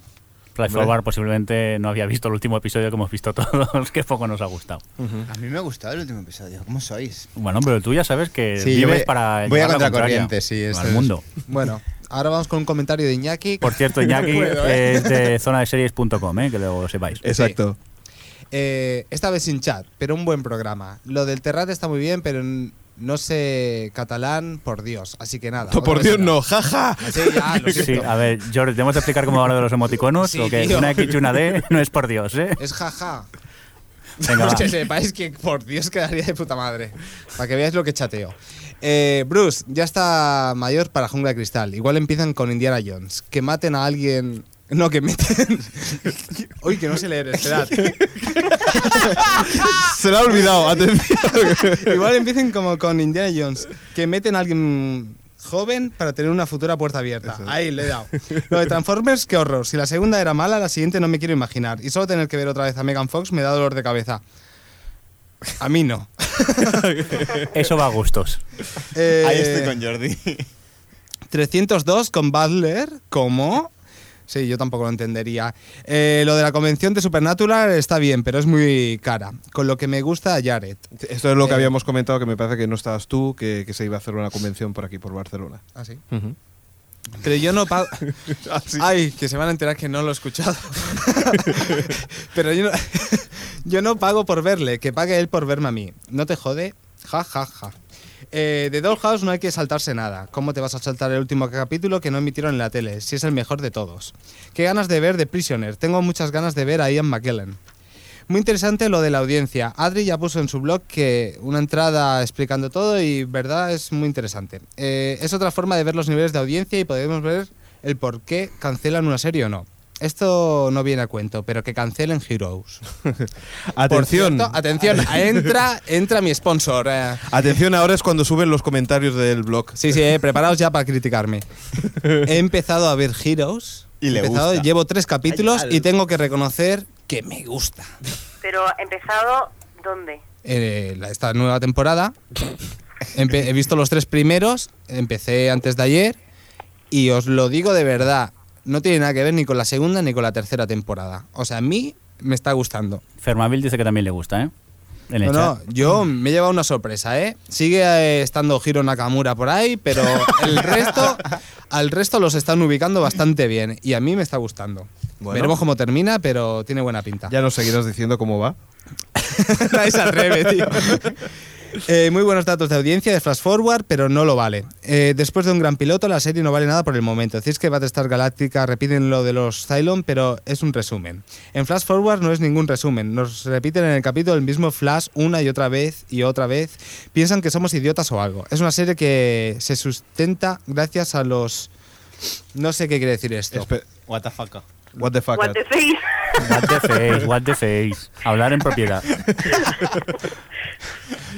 Flash Forward posiblemente no había visto el último episodio que hemos visto todos, que poco nos ha gustado.
A mí me ha gustado el último episodio. ¿Cómo sois?
Bueno, pero tú ya sabes que
Sí, yo
vives
voy-
para
voy a
llevar la contraria
contracorriente, sí, esto
al
es-
mundo.
Bueno, ahora vamos con un comentario de Iñaki.
Por cierto, Iñaki
No puedo, ¿eh?
es de zonadeseries.com, eh, que lo sepáis.
Exacto.
Eh, esta vez sin chat, pero un buen programa. Lo del Terrat está muy bien, pero n- no sé catalán, por Dios. Así que nada.
No, por
otra
Dios,
vez
no, jaja.
Sí, ya, lo
Sí,
siento.
a ver, Jordi, ¿tenemos que explicar cómo va lo de los emoticonos?
Sí,
o que
tío.
una X y una D no es por Dios, ¿eh?
Es jaja.
Venga, va.
que sepáis que por Dios quedaría de puta madre. Para que veáis lo que chateo. Eh, Bruce, ya está mayor para Jungla de Cristal. Igual empiezan con Indiana Jones. Que maten a alguien. No, que meten. Uy, que no sé leer, esperad.
Se la ha olvidado, atención.
Igual empiecen como con Indiana Jones, que meten a alguien joven para tener una futura puerta abierta. Ahí le he dado. Lo de Transformers, qué horror. Si la segunda era mala, la siguiente no me quiero imaginar. Y solo tener que ver otra vez a Megan Fox me da dolor de cabeza. A mí no.
Eso va a gustos.
Eh,
Ahí estoy con Jordi.
302 con Butler, ¿cómo? Sí, yo tampoco lo entendería. Eh, lo de la convención de Supernatural está bien, pero es muy cara. Con lo que me gusta a Jared.
Esto es lo que
Eh.
habíamos comentado, que me parece que no estabas tú, que, que se iba a hacer una convención por aquí, por Barcelona.
Ah, sí. Pero yo no pago. Ay, que se van a enterar que no lo he escuchado. Pero yo no, yo no pago por verle, que pague él por verme a mí. ¿No te jode? Ja, ja, ja. Eh, de Dollhouse no hay que saltarse nada. ¿Cómo te vas a saltar el último capítulo que no emitieron en la tele? Si es el mejor de todos. Qué ganas de ver The Prisoner. Tengo muchas ganas de ver a Ian McKellen. Muy interesante lo de la audiencia. Adri ya puso en su blog que una entrada explicando todo y verdad es muy interesante. Eh, es otra forma de ver los niveles de audiencia y podemos ver el por qué cancelan una serie o no. Esto no viene a cuento, pero que cancelen Heroes. Por
Atención.
cierto, atención, entra, entra mi sponsor. eh.
Atención, ahora es cuando suben los comentarios del blog.
Sí, sí, eh, preparaos ya para criticarme. He empezado a ver Heroes.
Y le
he empezado,
gusta.
Llevo tres capítulos y tengo que reconocer que me gusta.
Pero empezado, ¿dónde?
eh, la- esta nueva temporada. Empe- he visto los tres primeros, empecé antes de ayer y os lo digo de verdad, no tiene nada que ver ni con la segunda ni con la tercera temporada. O sea, a mí me está gustando.
Fermaville dice que también le gusta, ¿eh? En el
No, no,
chat.
yo me he llevado una sorpresa, ¿eh? Sigue eh, estando Hiro Nakamura por ahí, pero el resto, al resto los están ubicando bastante bien y a mí me está gustando.
Bueno.
Veremos cómo termina, pero tiene buena pinta.
Ya nos seguirás diciendo cómo va.
Nadie se atreve, tío. Eh, muy buenos datos de audiencia de Flash Forward, pero no lo vale. Eh, después de un gran piloto, la serie no vale nada por el momento. Decís que Battlestar Galactica repiten lo de los Cylon, pero es un resumen. En Flash Forward no es ningún resumen. Nos repiten en el capítulo el mismo Flash una y otra vez y otra vez. Piensan que somos idiotas o algo. Es una serie que se sustenta gracias a los... No sé qué quiere decir esto.
Espe-
What the fuck.
What the fuck. eh.
What the face.
What the face, what the face. Hablar en propiedad.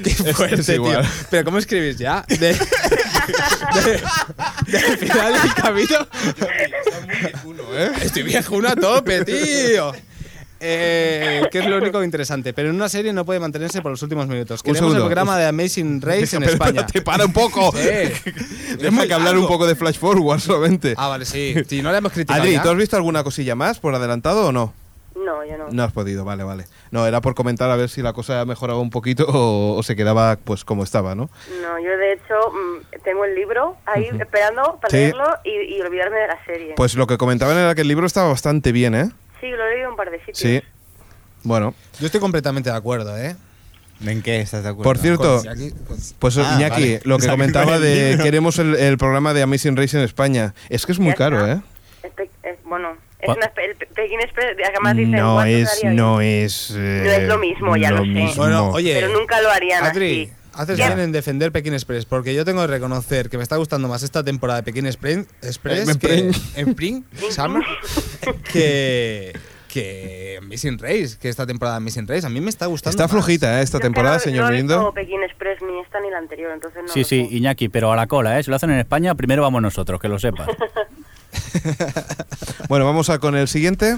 Qué fuerte, tío.
igual.
Pero ¿cómo escribís ya? De, de- del final del camino.
¿eh?
Estoy viejo uno a tope, tío. Eh, que es lo único interesante. Pero en una serie no puede mantenerse por los últimos minutos. Queremos
segundo.
el programa de Amazing Race en España.
Te para un poco.
Sí.
Déjame que hablar un poco de Flash Forward solamente.
Ah, vale, sí. Si no le hemos criticado.
Adri,
ya.
¿tú has visto alguna cosilla más por adelantado o no?
No, yo no.
No has podido, vale, vale. No, era por comentar a ver si la cosa mejoraba un poquito o, o se quedaba pues como estaba, ¿no?
No, yo de hecho mm, tengo el libro ahí esperando para
Sí.
leerlo y, y olvidarme de la serie.
Pues lo que comentaban era que el libro estaba bastante bien, ¿eh?
sí, lo he leído en un par de sitios.
Sí. Bueno,
Yo estoy completamente de acuerdo, ¿eh?
¿En qué estás de acuerdo?
por cierto,
Con- aquí- con-
pues
Ah,
Iñaki,
vale.
lo que
Pensaba que
comentaba
con el
de
libro.
queremos el, el programa de Amazing Race en España, es que es muy
Ya
caro,
está.
¿eh?
Es pe- es- bueno, es
Pa-
una espe- el pe- Pekín Express, de- además dicen,
Pues No
"¿Cuánto
es,
daría?".
no es. eh,
No es lo mismo, ya lo sé.
Bueno, oye.
Pero nunca lo harían
Adri,
así.
haces
Ya.
bien en defender Pekín Express, porque yo tengo que reconocer que me está gustando más esta temporada de Pekín Express, Express
Eh,
que,
Spring.
en Spring, Summer, que, que Missing Race, que esta temporada de Missing Race a mí me está gustando.
Está
más.
flojita, ¿eh? Esta
Yo es que
temporada,
no-
señor
no he visto
Lindo.
Pekín Express ni esta ni la anterior, entonces no
Sí,
lo
sí,
sé.
Iñaki, pero a la cola, ¿eh? Si lo hacen en España, primero vamos nosotros, que lo sepas.
Bueno, vamos a con el siguiente.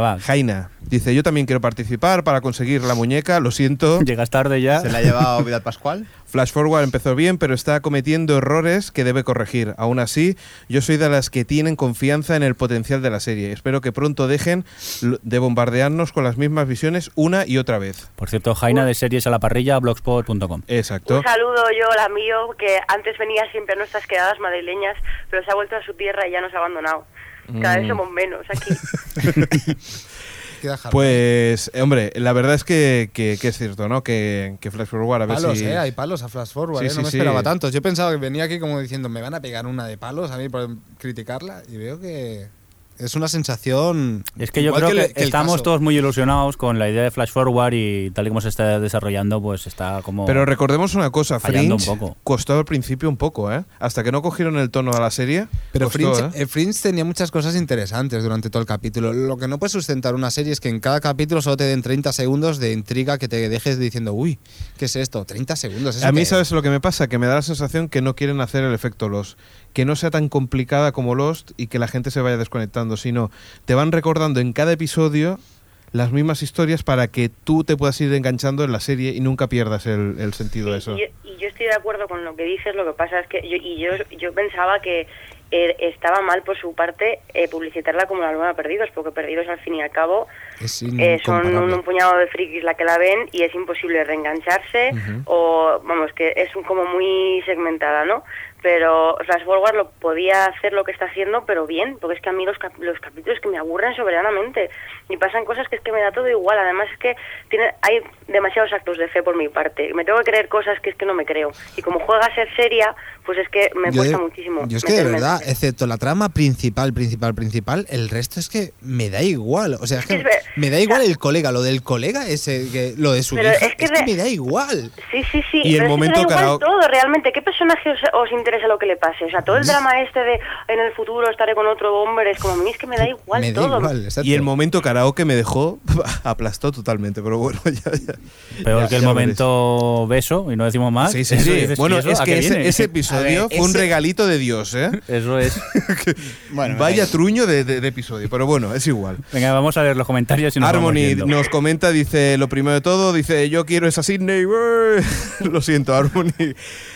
va.
Jaina dice: Yo también quiero participar para conseguir la muñeca, lo siento.
Llegas tarde ya.
¿Se la ha llevado Vidal Pascual?
Flash Forward empezó bien, pero está cometiendo errores que debe corregir. Aún así, yo soy de las que tienen confianza en el potencial de la serie. Espero que pronto dejen lo- de bombardearnos con las mismas visiones una y otra vez.
Por cierto, Jaina de series a la parrilla, blogspot.com.
Exacto.
Un saludo yo, la mío, que antes venía siempre a nuestras quedadas madrileñas, pero se ha vuelto a su tierra y ya nos ha abandonado. Cada
Mm.
vez somos menos aquí.
Queda jalado.
Pues, eh, hombre, la verdad es que, que- que es cierto, ¿no? Que, que Flash Forward a ver
palos,
si.
¿eh? Hay palos a Flash Forward,
pues Sí,
¿eh?
sí,
No me
sí.
esperaba tantos. Yo pensaba que venía aquí como diciendo, me van a pegar una de palos a mí por criticarla, y veo que es una sensación.
Es que yo
igual
creo que,
le- el
estamos
caso.
todos muy ilusionados con la idea de Flash Forward y tal y como se está desarrollando, pues está como...
Pero recordemos una cosa,
Fallando
Fringe
un poco.
costó al principio un poco, ¿eh? Hasta que no cogieron el tono a la serie.
Pero
costó,
Fringe,
¿eh?
eh, Fringe tenía muchas cosas interesantes durante todo el capítulo. Lo que no puede sustentar una serie es que en cada capítulo solo te den 30 segundos de intriga que te dejes diciendo, uy, ¿qué es esto? 30 segundos. ¿eso
A mí,
qué
¿sabes lo que me pasa? Que me da la sensación que no quieren hacer el efecto Lost. Que no sea tan complicada como Lost y que la gente se vaya desconectando, sino te van recordando en cada episodio las mismas historias para que tú te puedas ir enganchando en la serie y nunca pierdas el, el sentido de
Sí,
eso.
y yo- Y, yo estoy de acuerdo con lo que dices, lo que pasa es que yo, y yo, yo pensaba que eh, estaba mal por su parte eh, publicitarla como la nueva Perdidos, porque Perdidos al fin y al cabo
Es
eh, son un,
incomparable.
un puñado de frikis la que la ven y es imposible reengancharse o vamos, que es un- como muy segmentada, ¿no? Pero Flash Forward lo podía hacer lo que está haciendo, pero bien, porque es que a mí los, cap- los capítulos que me aburren soberanamente y pasan cosas que es que me da todo igual. Además es que tiene, hay demasiados actos de fe por mi parte. Me tengo que creer cosas que es que no me creo. Y como juega a ser seria, pues es que me
Yo de-
cuesta muchísimo.
Yo es que de
meterme en
verdad,
ese.
excepto la trama principal, principal, principal, el resto es que me da igual. O sea, es
Es
que
ver-
me da igual el colega, lo del colega ese, que, lo de su
Pero
hija,
es que de-
me da igual.
Sí, sí, sí.
Y el
pero es que
momento
da igual
karaoke-
todo, realmente. ¿Qué personaje os, os interesa lo que le pase? O sea, todo el drama este de en el futuro estaré con otro hombre, es como a mí es que me da igual
me da
todo.
igual,
Y el
exacto.
momento karaoke me dejó aplastó totalmente, pero bueno, ya. ya.
Peor
Ya,
que el
ya
momento beso, y no decimos más.
Sí, sí,
Eso
sí.
dices,
Bueno,
Ah, ¿y eso
es
a
que
qué
ese,
viene?
ese episodio
A ver,
fue un
ese-
regalito de Dios, ¿eh?
Eso es.
Bueno, me
Vaya
da
truño de- de- de episodio, pero bueno, es igual.
Venga, vamos a ver los comentarios y nos vamos
Harmony
yendo.
nos comenta, dice, lo primero de todo, dice, yo quiero esa Sydney. brr". lo siento, Harmony.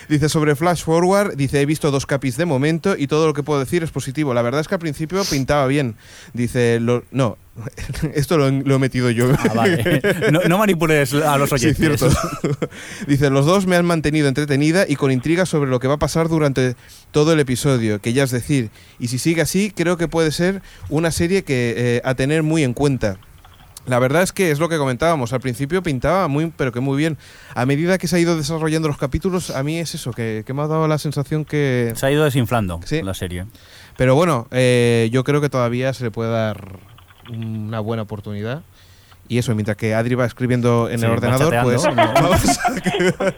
Dice, sobre Flash Forward, dice, he visto dos capis de momento y todo lo que puedo decir es positivo. La verdad es que al principio pintaba bien. Dice, lo- no, esto lo, he- lo he metido yo.
Ah, vale. No, no manipules a los
Sí,
oyentes.
cierto. Dice, los dos me han mantenido entretenida y con intriga sobre lo que va a pasar durante todo el episodio, que ya es decir, y si sigue así, creo que puede ser una serie que eh, a tener muy en cuenta. La verdad es que es lo que comentábamos. Al principio pintaba muy, pero que muy bien. A medida que se ha ido desarrollando los capítulos, a mí es eso, que, que me ha dado la sensación que.
Se ha ido desinflando la serie.
Pero bueno, eh, yo creo que todavía se le puede dar una buena oportunidad. Y eso, mientras que Adri va escribiendo en
Sí,
el
va
ordenador,
chateando.
pues. vamos.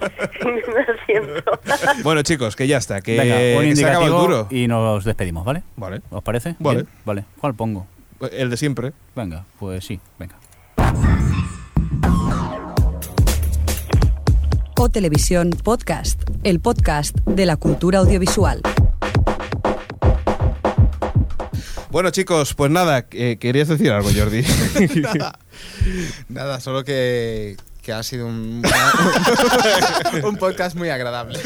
Lo siento.
bueno, chicos, que ya está. Que
Venga, un
que se acaba el
indicativo
duro.
y nos despedimos, ¿vale?
Vale.
¿Os parece?
Vale.
Bien, vale. ¿Cuál pongo?
El de siempre.
Venga, pues sí, venga.
O Televisión Podcast, el podcast de la cultura audiovisual.
Bueno, chicos, pues nada, eh, querías decir algo, Jordi.
Nada, solo que, que ha sido un, un podcast muy agradable.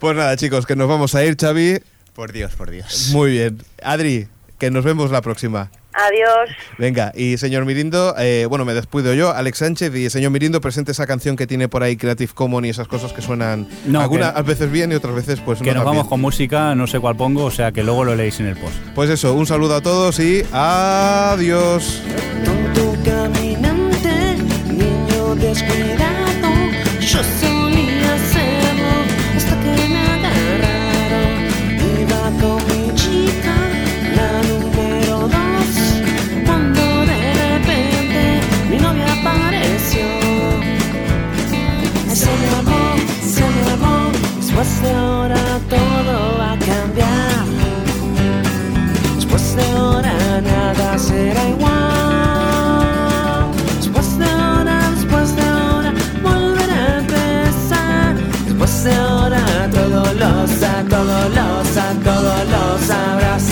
pues nada, chicos, que nos vamos a ir, Xavi.
Por Dios, por Dios.
Muy bien. Adri, que nos vemos la próxima.
Adiós.
Venga, y señor Mirindo, eh, bueno, me despido yo, Alex Sánchez, y señor Mirindo, presente esa canción que tiene por ahí Creative Commons y esas cosas que suenan
No,
algunas
que-
veces bien y otras veces pues
que
no
nos
tan bien.
vamos con música, no sé cuál pongo, o sea que luego lo leéis en el post.
Pues eso, un saludo a todos y adiós.
tonto caminante, niño descuidado. Yo solía hacerlo hasta que me agarraron. Iba con mi chica, la número dos. Cuando de repente mi novia apareció. Se me amó, se me amó. Después de ahora todo va a cambiar. Después de ahora nada será igual. Después de ahora, después de ahora, volver a empezar. Después de ahora todo lo sa, todo lo sa, todo lo sabrás.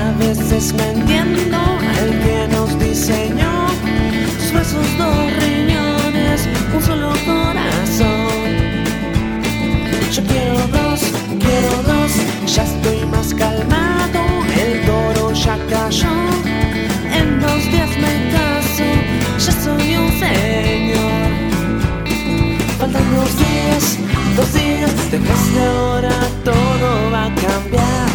A veces me entiendo al que nos diseñó sus besos, dos riñones, un solo corazón. Yo quiero dos, quiero dos, ya estoy más calmado, el toro ya cayó. En dos días me caso, ya soy un señor. Faltan dos días, dos días, después de ahora todo va a cambiar.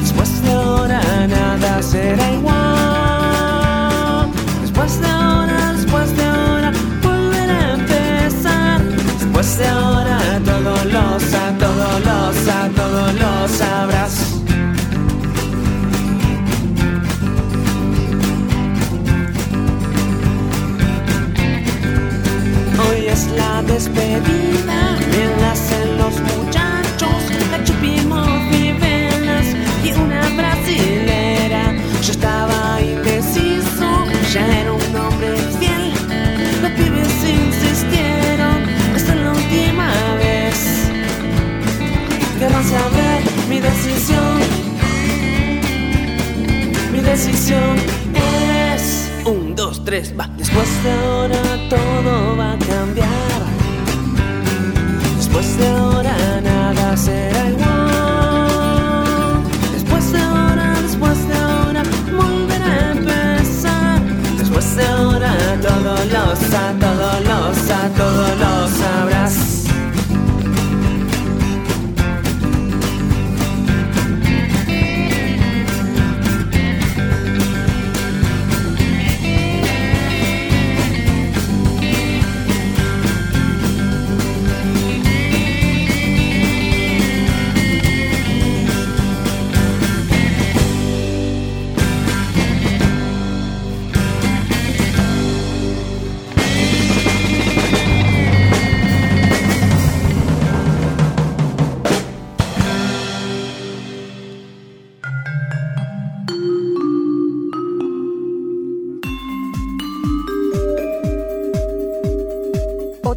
Después de ahora nada será igual. Después de ahora, después de ahora, volver a empezar. Después de ahora todo lo sa, todo lo sa, todo lo sabrás. Hoy es la despedida, me hacen los muchachos, la chupimos y velas y una brasilera. Yo estaba indeciso, ya era un hombre fiel. Los pibes insistieron hasta la última vez. Querrán saber mi decisión. Mi decisión es. Un, dos, tres, va. Después de ahora todo va a cambiar. Después de ahora nada será igual. Después de ahora, después de ahora, volver a empezar. Después de ahora todo lo sa, todo lo sa, todo lo sabrás.
O